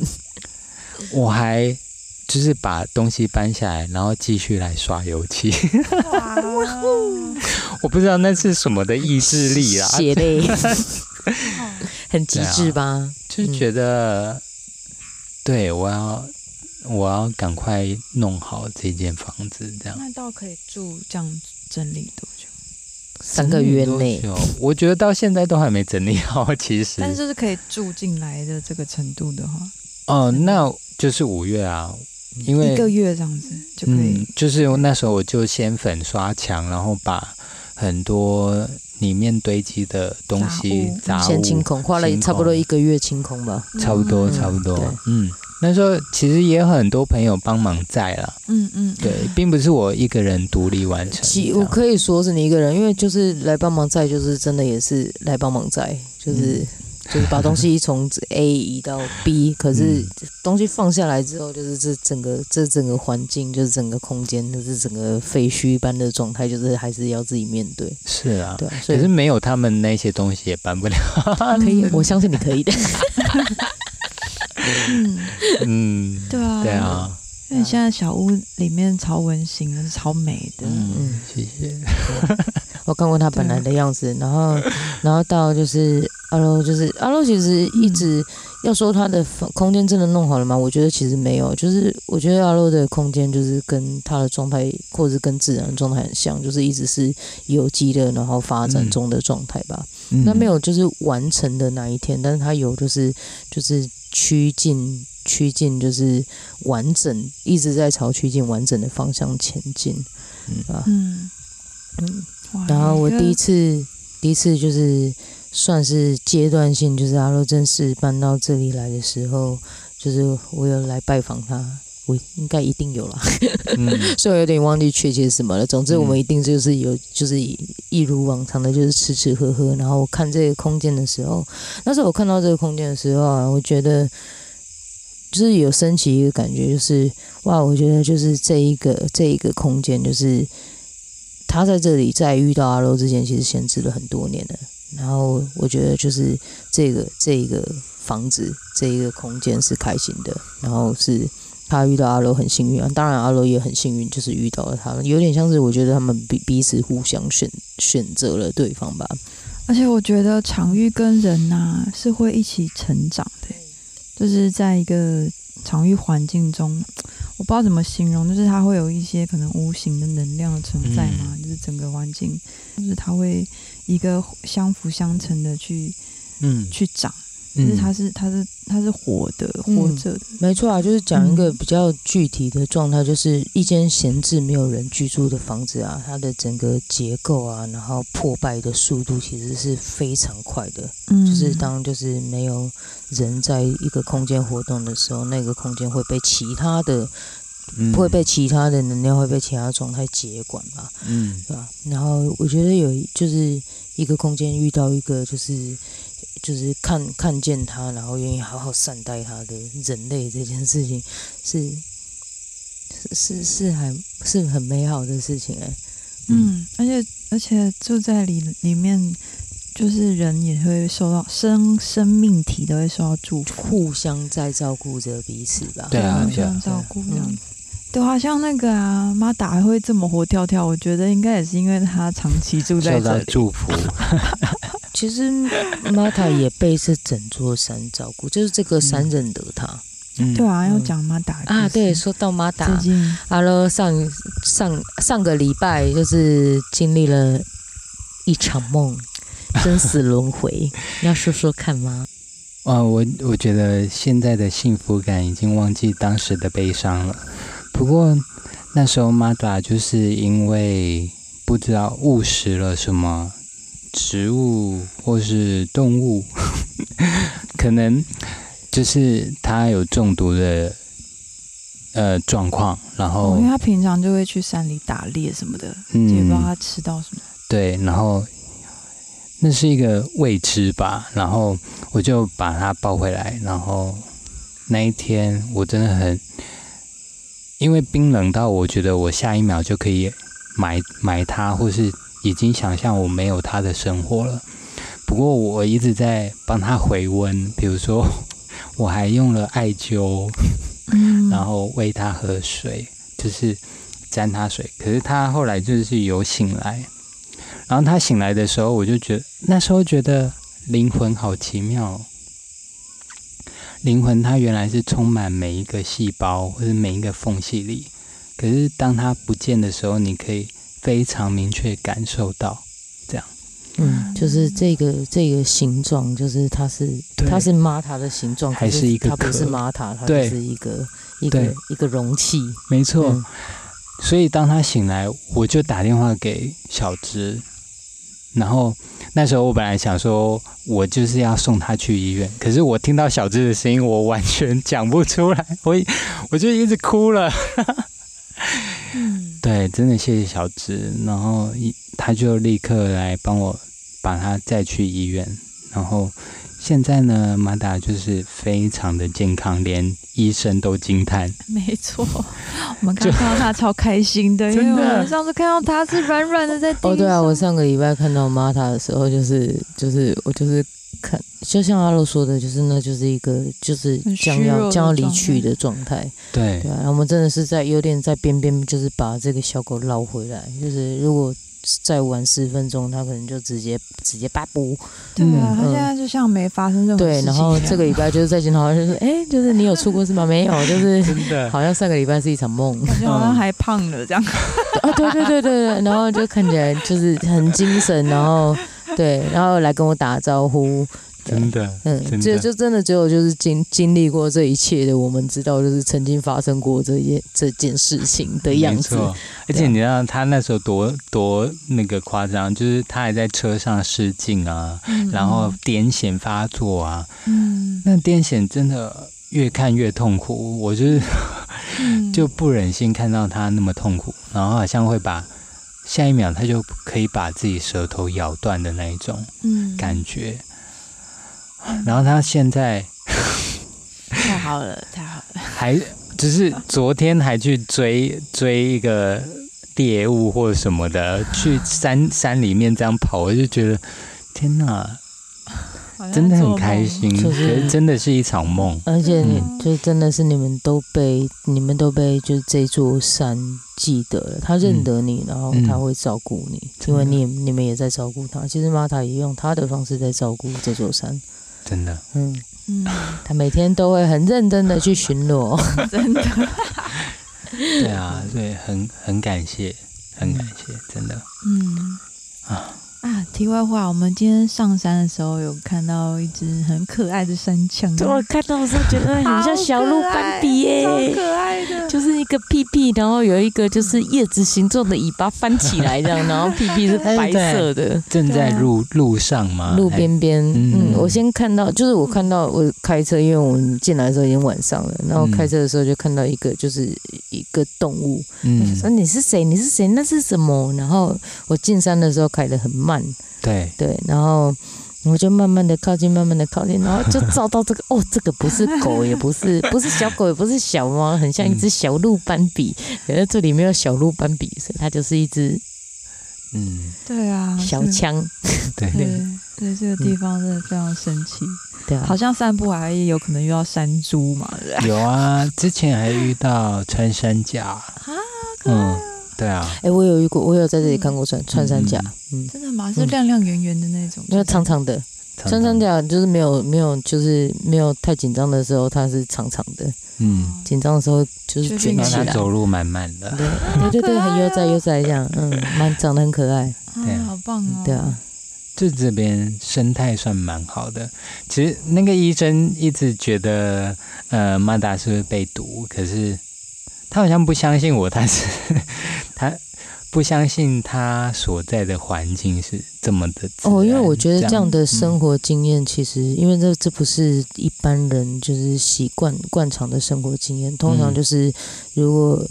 S1: 我还。就是把东西搬下来，然后继续来刷油漆。
S3: 哇
S1: 我不知道那是什么的意志力啊，
S2: 血泪，很极致吧？
S1: 就是觉得，对我要我要赶快弄好这间房子，这样
S3: 那倒可以住这样整理多久？
S2: 三个月
S1: 整理
S2: 内
S1: 多久我觉得到现在都还没整理好。其实
S3: 但，是就是可以住进来的这个程度的话，
S1: 哦，那就是五月啊，因为
S3: 一个月这样子就可以
S1: 嗯，就是那时候我就先粉刷墙，然后把很多里面堆积的东西
S3: 杂
S1: 杂物
S2: 嗯先清空，花了
S1: 清空
S2: 差不多一个月清空吧。
S1: 差不多，
S2: 嗯
S1: 差不多
S2: 对。
S1: 嗯，那时候其实也有很多朋友帮忙在啦，
S3: 嗯嗯，
S1: 对，并不是我一个人独立完成这
S2: 几
S1: 样。
S2: 我可以说是你一个人，因为就是来帮忙载，就是真的也是来帮忙载，就是、
S1: 嗯
S2: 就是把东西从 A 移到 B，可是
S1: 嗯
S2: 东西放下来之后，就是这整个这整个环境，就是整个空间，就是整个废墟般的状态，就是还是要自己面对，
S1: 是啊，
S2: 对啊，所
S1: 可
S2: 以
S1: 是没有他们那些东西也搬不了。
S2: 可以，我相信你可以的。
S1: 嗯，
S3: 对啊，
S1: 对，啊，
S3: 因为现在小屋里面超温馨的，超美的，
S1: 嗯，
S2: 嗯，
S1: 谢谢。
S2: 我看过他本来的样子，然后，然后到就是阿洛，就是阿洛，其实一直、要说他的房空间真的弄好了吗？我觉得其实没有，就是我觉得阿洛的空间就是跟他的状态，或者是跟自然的状态很像，就是一直是有机的，然后发展中的状态吧。
S1: 嗯
S2: 那没有就是完成的那一天，但是他有就是就是趋近趋近就是完整，一直在朝趋近完整的方向前进。
S3: 嗯
S2: 嗯
S3: 哇
S2: 然后我
S3: 你一个
S2: 第一次，第一次就是算是阶段性，就是阿洛正式搬到这里来的时候，就是我有来拜访他，我应该一定有啦，
S1: 嗯，
S2: 所以我有点忘记确切什么了。总之，我们一定就是有，就是一如往常的，就是吃吃喝喝。然后我看这个空间的时候，那时候我看到这个空间的时候啊，我觉得就是有升起一个感觉，就是哇，我觉得就是这一个这一个空间，就是他在这里在遇到阿洛之前，其实闲置了很多年了。然后我觉得就是这个这一个房子这一个空间是开心的，然后是他遇到阿罗很幸运啊，当然阿罗也很幸运，就是遇到了他，有点像是我觉得他们彼彼此互相选选择了对方吧。
S3: 而且我觉得场域跟人呐、是会一起成长的，就是在一个场域环境中，我不知道怎么形容，就是它会有一些可能无形的能量存在嘛，
S2: 嗯
S3: 就是整个环境，就是它会一个相辅相成的去
S1: 嗯，
S3: 去长，就
S1: 嗯
S3: 是它是它是它是活的，
S2: 嗯
S3: 活着的，
S2: 没错啊，就是讲一个比较具体的状态，就是一间闲置没有人居住的房子啊，它的整个结构啊，然后破败的速度其实是非常快的。
S3: 嗯，
S2: 就是当就是没有人在一个空间活动的时候，那个空间会被其他的
S1: 嗯
S2: 会被其他的能量会被其他状态接管嘛。
S1: 嗯
S2: 对吧？然后我觉得有一就是一个空间遇到一个就是就是看看见他，然后愿意好好善待他的人类这件事情是是是是还是很美好的事情哎、
S3: 嗯，而且而且住在里里面，就是人也会受到生生命体都会受到祝福，
S2: 互相在照顾着彼此吧。
S1: 对啊
S3: 互
S1: 对啊
S3: 相照顾这
S2: 对啊
S3: 样子。对啊，像那个啊，马达还会这么活跳跳，我觉得应该也是因为他长期住在
S1: 受
S3: 这
S1: 到
S3: 里。
S1: 祝福，
S2: 其实 Mata 也被这整座山照顾，就是这个山认得他、
S1: 嗯，
S3: 对啊，
S2: 嗯
S3: 要讲马达
S2: 啊。对，，说到 Mata，
S3: 最近
S2: 哈喽，上上上个礼拜就是经历了 一场梦，生死轮回，要说说看吗？
S1: 啊，我我觉得现在的幸福感已经忘记当时的悲伤了。不过那时候 Mada 就是因为不知道误食了什么植物或是动物， 可能就是他有中毒的呃状况，然
S3: 哦
S1: 后
S3: 因为他平常就会去山里打猎什么的，
S1: 嗯
S3: 也不知道他吃到什么。
S1: 对，然后那是一个未知吧，然后我就把它抱回来，然后那一天我真的很，因为冰冷到我觉得我下一秒就可以买买它，或是已经想象我没有它的生活了。不过我一直在帮它回温，比如说我还用了艾灸，
S3: 嗯
S1: 然后喂它喝水，就是沾它水。可是它后来就是有醒来，然后它醒来的时候，我就觉得那时候觉得灵魂好奇妙、哦，灵魂它原来是充满每一个细胞或者每一个缝隙里，可是当它不见的时候，你可以非常明确感受到，
S2: 嗯，就是这个这个形状，就是它是
S1: 对
S2: 它是玛塔的形状，
S1: 还
S2: 可
S1: 是一个
S2: 它不是
S1: 壳
S2: 玛塔，它
S1: 对
S2: 就是一个一个
S1: 对
S2: 一个容器。
S1: 没错。
S2: 嗯
S1: 所以当他醒来，我就打电话给小芝，然后那时候我本来想说，我就是要送他去医院，可是我听到小芝的声音，我完全讲不出来，我我就一直哭了。
S3: 嗯
S1: 对，真的谢谢小芝，然后一他就立刻来帮我把他载去医院，然后现在呢，马达就是非常的健康，连医生都惊叹。
S3: 没错，我们刚刚看到他超开心的，因为
S1: 真
S3: 我
S1: 的啊
S3: 们上次看到他是软软的
S1: 哎
S3: 在地
S2: 哦，对啊，
S3: 上
S2: 我上个礼拜看到玛塔的时候，就是就是我就是看，就像阿洛说的，就是那就是一个就是
S3: 很虚
S2: 将
S3: 弱
S2: 要
S3: 的
S2: 将要离
S3: 状
S2: 去
S3: 态
S2: 的状态。
S1: 对
S2: 对啊，然后我们真的是在有点在边边，就是把这个小狗捞回来。就是如果再晚十分钟，它可能就直接直接巴布。
S3: 对
S2: 嗯
S3: 啊，他现在就像没发生任何事
S2: 对，
S3: 情一
S2: 然
S3: 样。
S2: 后哦这个礼拜就是在检讨，就是 哎、就是你有出过事吗？没 有，就是
S1: 真的
S2: 好像上个礼拜是一场梦
S3: 感觉好
S1: 嗯
S3: 像还胖了这样。
S2: 啊，对对对对对， 然后就看起来就是很精神，然后对，然后来跟我打招呼。对
S1: 真的，真
S2: 嗯，
S1: 的
S2: 就就真的只有就是经经历过这一切的，我们知道就是曾经发生过这件这件事情的样
S1: 没。
S2: 子啊
S1: 错，而且你知道他那时候多多那个夸张，就是他还在车上试镜啊，
S2: 嗯
S1: 然后癫痫发作啊，
S3: 嗯，
S1: 那癫痫真的越看越痛苦，我就是
S3: 嗯
S1: 就不忍心看到他那么痛苦，然后好像会把下一秒他就可以把自己舌头咬断的那一种
S3: 嗯
S1: 感觉，然后他现在
S3: 太好了，太好了。
S1: 还只是昨天还去追追一个猎物或者什么的，去山山里面这样跑，我就觉得天哪，
S3: 好像
S1: 真的
S3: 在做
S1: 很
S3: 梦
S1: 开心，
S2: 做梦就是
S1: 觉得真的是一场梦。
S2: 而且你
S3: 嗯
S2: 就真的是你们都被你们都被就是这座山记得了，他认得你，然
S3: 嗯
S2: 后他会照顾你，因为你也你们也在照顾他。其实玛塔也用他的方式在照顾这座山，
S1: 真的，
S2: 嗯，
S3: 嗯，
S2: 他每天都会很认真的去巡 逻。
S3: 真的。
S1: 对啊，所以很很感谢，很感谢，真的
S3: 嗯
S1: 啊，
S3: 啊，题外话，我们今天上山的时候有看到一只很可爱的山羌，
S2: 啊看到的时候觉得很
S3: 好可爱超
S2: 耶
S3: 可爱的。
S2: 就是一个屁屁，然后有一个就是叶子形状的尾巴翻起来这样，然后屁屁是
S3: 哎
S2: 白色的。
S1: 正在路路上吗？
S2: 啊路边边，
S1: 嗯
S2: 嗯，我先看到，就是我看到我开车，因为我们进来的时候已经晚上了，然后
S1: 嗯
S2: 开车的时候就看到一个就是一个动物，
S1: 还，
S2: 我就
S1: 嗯，
S2: 说你是谁？你是谁？那是什么？然后我进山的时候开得很慢，
S1: 对，
S2: 对，然后我就慢慢的靠近，慢慢的靠近，然后就照到这个， 哦，这个不是狗，也不是 不是小狗，也不是小猫，很像一只小鹿斑比，可是这里没有小鹿斑比，所以它就是一只
S1: 嗯，
S3: 对啊，
S2: 小
S3: 这个
S2: 枪，
S1: 对，
S2: 嗯
S3: 对对，这个地方真的非常神奇。
S1: 嗯
S2: 对啊
S3: 好，像散步还有可能遇到山猪嘛，对不对
S1: 有啊，之前还遇到穿山甲，
S2: 啊
S1: 嗯，对啊，
S2: 哎、我有遇过，我有在这里看过穿穿山甲，嗯，
S3: 真的吗？是亮亮圆圆的那种，
S1: 嗯
S2: 那、长长的
S1: 常
S2: 穿山，甲就是没有没有就是没有太紧张的时候，它是长长的，
S1: 嗯，
S2: 紧张的时候就是卷
S1: 然后
S2: 起
S1: 他
S2: 来。
S1: 走路慢慢的，
S2: 啊
S3: 啊
S2: 对对对对，很悠哉悠哉这样，嗯，蛮长得很可爱，
S1: 对啊
S3: 啊，好棒哦！
S2: 对啊，
S1: 就这边生态算蛮好的。其实那个医生一直觉得，呃，马达是会被毒，可是他好像不相信我，他是他不相信他所在的环境是这么的自
S2: 哦，因为
S1: 然
S2: 我觉得这样的生
S1: 嗯
S2: 活经验，其实、因为这这不是一般人就是习惯惯常的生活经验，通
S1: 嗯
S2: 常就是如果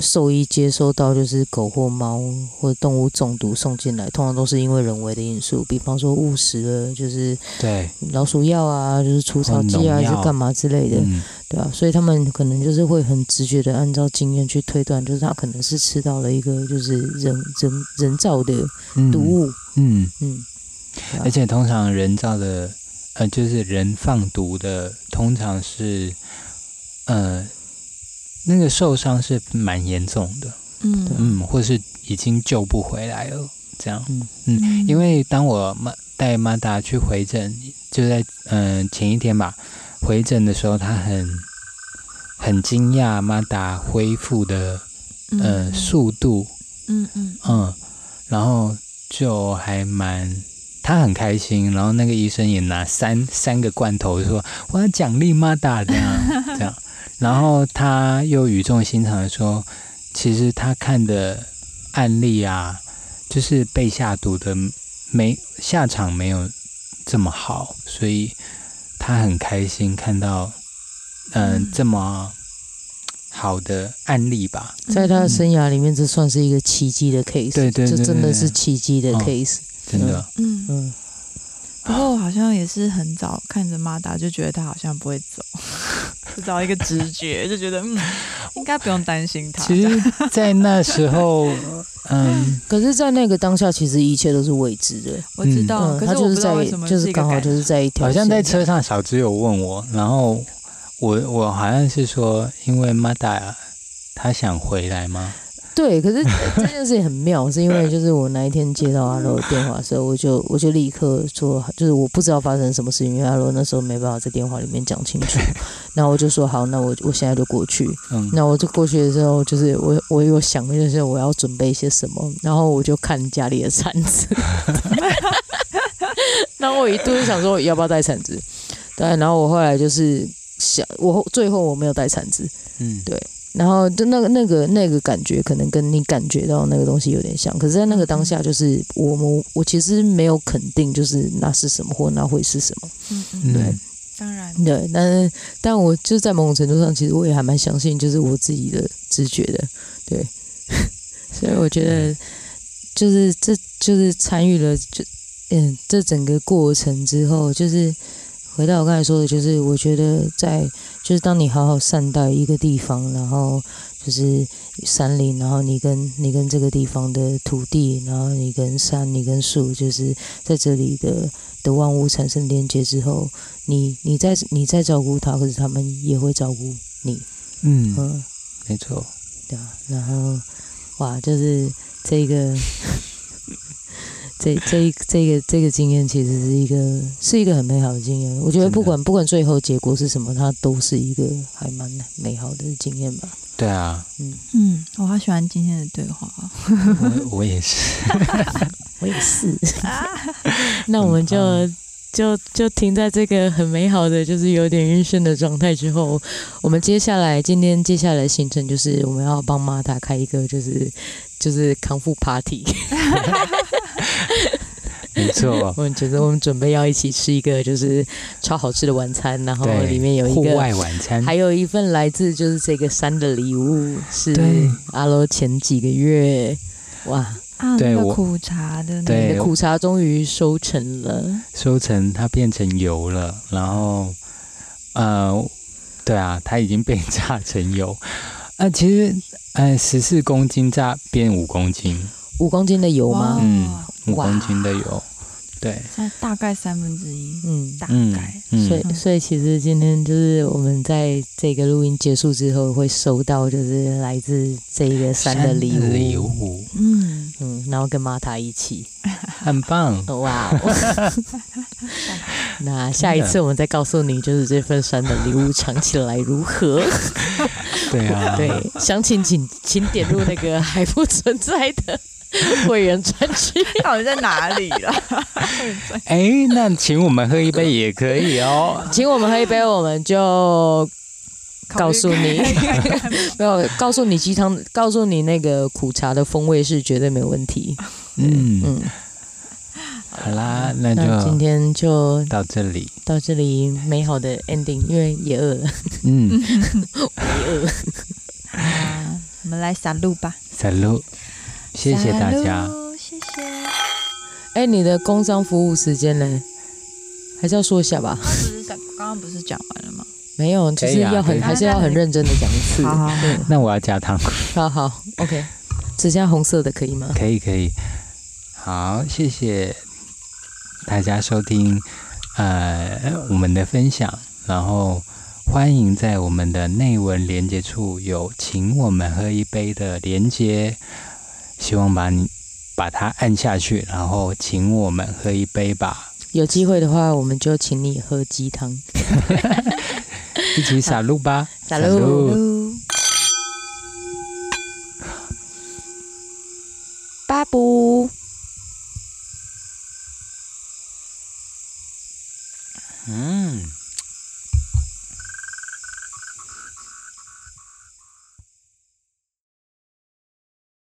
S2: 兽医接收到就是狗或猫或动物中毒送进来，通常都是因为人为的因素，比方说误食了就是
S1: 对，
S2: 老鼠药啊，就是除草剂啊，
S1: 农
S2: 还
S1: 药
S2: 是干嘛之类的，
S1: 嗯，
S2: 对啊，所以他们可能就是会很直觉的按照经验去推断，就是他可能是吃到了一个就是人人人造的
S1: 嗯
S2: 毒物，
S1: 嗯，
S2: 嗯对啊
S1: 而且通常人造的，呃，就是人放毒的，通常是，呃，那个受伤是蛮严重的，
S3: 嗯
S1: 嗯，或是已经救不回来了，这样。
S3: 嗯
S1: 因为当我妈带马达去回诊，就在嗯、前一天吧，回诊的时候，她很很惊讶马达恢复的呃速度，
S3: 嗯嗯
S1: 嗯，然后就还蛮。她很开心，然后那个医生也拿三三个罐头说：“我要奖励马达这样这样。”然后她又语重心长的说：“其实她看的案例啊，就是被下毒的没下场没有这么好，所以他很开心看到、嗯
S3: 嗯
S1: 这么好的案例吧。
S2: 在他的生涯里面，这算是一个奇迹的 case，
S1: 对对对
S2: 这真的是
S1: 对对
S2: 奇迹的
S1: 嗯
S2: case，
S1: 真的，
S3: 嗯，
S2: 嗯，
S3: 不过我好像也是很早看着马达就觉得他好像不会走， 就找一个直 觉，就觉得嗯，应该不用担心他。
S1: 其实，在那时 候，嗯，
S2: 可是，在那个当下，其实一切都是未知的，
S3: 我知
S2: 嗯，
S3: 道，哦可
S2: 他
S3: 我
S2: 就
S3: 不
S2: 是
S3: 知道
S2: 在
S3: 为什么
S2: 就是
S3: 一个
S2: 刚好
S3: 感
S2: 就是在一条
S1: 好像在
S2: 线
S1: 车上小只有问我，然后我我好像是说，因为马达他想回来吗？
S2: 对，可是这件事情很妙，是因为就是我那一天接到阿罗的电话的时候，我就我就立刻说，就是我不知道发生什么事情，因为阿罗那时候没办法在电话里面讲清楚，然后我就说好，那我我现在就过去，
S1: 嗯，
S2: 那我就过去的时候，就是我我有想，就是我要准备一些什么，然后我就看家里的铲子，然后我一度就想说要不要带铲子，对，然后我后来就是想，我后最后我没有带铲子，
S1: 嗯，
S2: 然后就那个那个那个感觉，可能跟你感觉到那个东西有点像，可是，在那个当下，就是我们我其实没有肯定，就是那是什么或那会是什么。
S3: 嗯嗯，
S1: 嗯
S2: 对
S3: 当然，
S2: 对，但是但我就在某种程度上，其实我也还蛮相信就是我自己的直觉的，对， 所以我觉得就是这就是参与了就嗯这整个过程之后，就是回到我刚才说的，就是我觉得在就是当你好好善待一个地方，然后就是山林，然后你跟你跟这个地方的土地，然后你跟山，你跟树，就是在这里的的万物产生连接之后，你你在你在照顾它，可是他们也会照顾你，
S1: 嗯，
S2: 嗯，
S1: 没错，
S2: 对啊，然后哇，就是 这个这这一这个这个经验其实是一个是一个很美好的经验，我觉得
S1: 真的
S2: 不管不管最后结果是什么，它都是一个还蛮美好的经验吧。
S1: 对啊，
S3: 嗯，我好喜欢今天的对话哦。
S1: 我我也是。
S2: 我也是。 嗯那我们就就就停在这个很美好的，就是有点晕眩的状态之后，我们接下来今天接下来的行程就是我们要帮妈打开一个就是就是康复 party，
S1: 没错，
S2: 我们觉得我们准备要一起吃一个就是超好吃的晚餐，然后
S1: 对，
S2: 里面有一
S1: 户
S2: 个。
S1: 外晚餐，
S2: 还有一份来自就是这个山的礼物，是
S1: 对
S2: 阿罗前几个月，哇，
S3: 啊，
S1: 对
S3: 那个
S1: 我
S3: 苦茶的那个
S2: 你
S1: 对
S2: 的苦茶终于收成了。
S1: 收成它变成油了，然后呃，对啊，它已经被榨成油。啊、其实呃，十四公斤榨变五公斤，
S2: 五公斤的油吗？
S1: 嗯
S3: 哇，
S1: 五
S2: 哇
S1: 公斤的油，对，
S3: 三大概三分之一，
S2: 嗯，
S3: 大
S1: 嗯
S3: 概。
S1: 嗯，
S2: 所以所以其实今天就是我们在这个录音结束之后，会收到就是来自这个哎山的礼物，
S1: 礼物
S3: 嗯，
S2: 嗯，然后跟玛塔一起，
S1: 很 棒，
S2: 哇、 哦！那下一次我们再告诉你，就是这份山的礼物尝起来如何。
S1: 对啊，
S2: 对，详情请请点入那个还不存在的会员专区。
S3: 到底在哪里了？
S1: 哎，那请我们喝一杯也可以哦。
S2: 请我们喝一杯，我们就告诉你
S3: 考虑看看
S2: 没有告诉你鸡汤，告诉你那个苦茶的风味是绝对没问题。
S1: 嗯，
S2: 嗯，
S1: 好啦，那
S2: 那今
S1: 就
S2: 天就
S1: 到这里。
S2: 到这里，美好的 ending，因为也饿了，
S1: 嗯，
S2: 也饿了。
S3: 啊我们来撒路吧，
S1: 再录，谢谢大家
S3: 撒。路，嗯谢谢。
S2: 哎、你的工商服务时间呢？还是要说一下吧。
S3: 刚刚不是讲刚刚不是讲完了吗？
S2: 没有，就是
S1: 可以啊
S2: 要很、
S1: 可以
S2: 还是要很认真的讲一次。
S3: 好好好
S2: 对
S1: 那我要加糖，
S2: 好好，OK，只加红色的可以吗？
S1: 可以可以。好，谢谢大家收听呃我们的分享，然后欢迎在我们的内文连接处有请我们喝一杯的连接，希望把你把它按下去，然后请我们喝一杯吧，
S2: 有机会的话，我们就请你喝鸡汤。
S1: 一起撒路吧，
S2: 撒路巴布。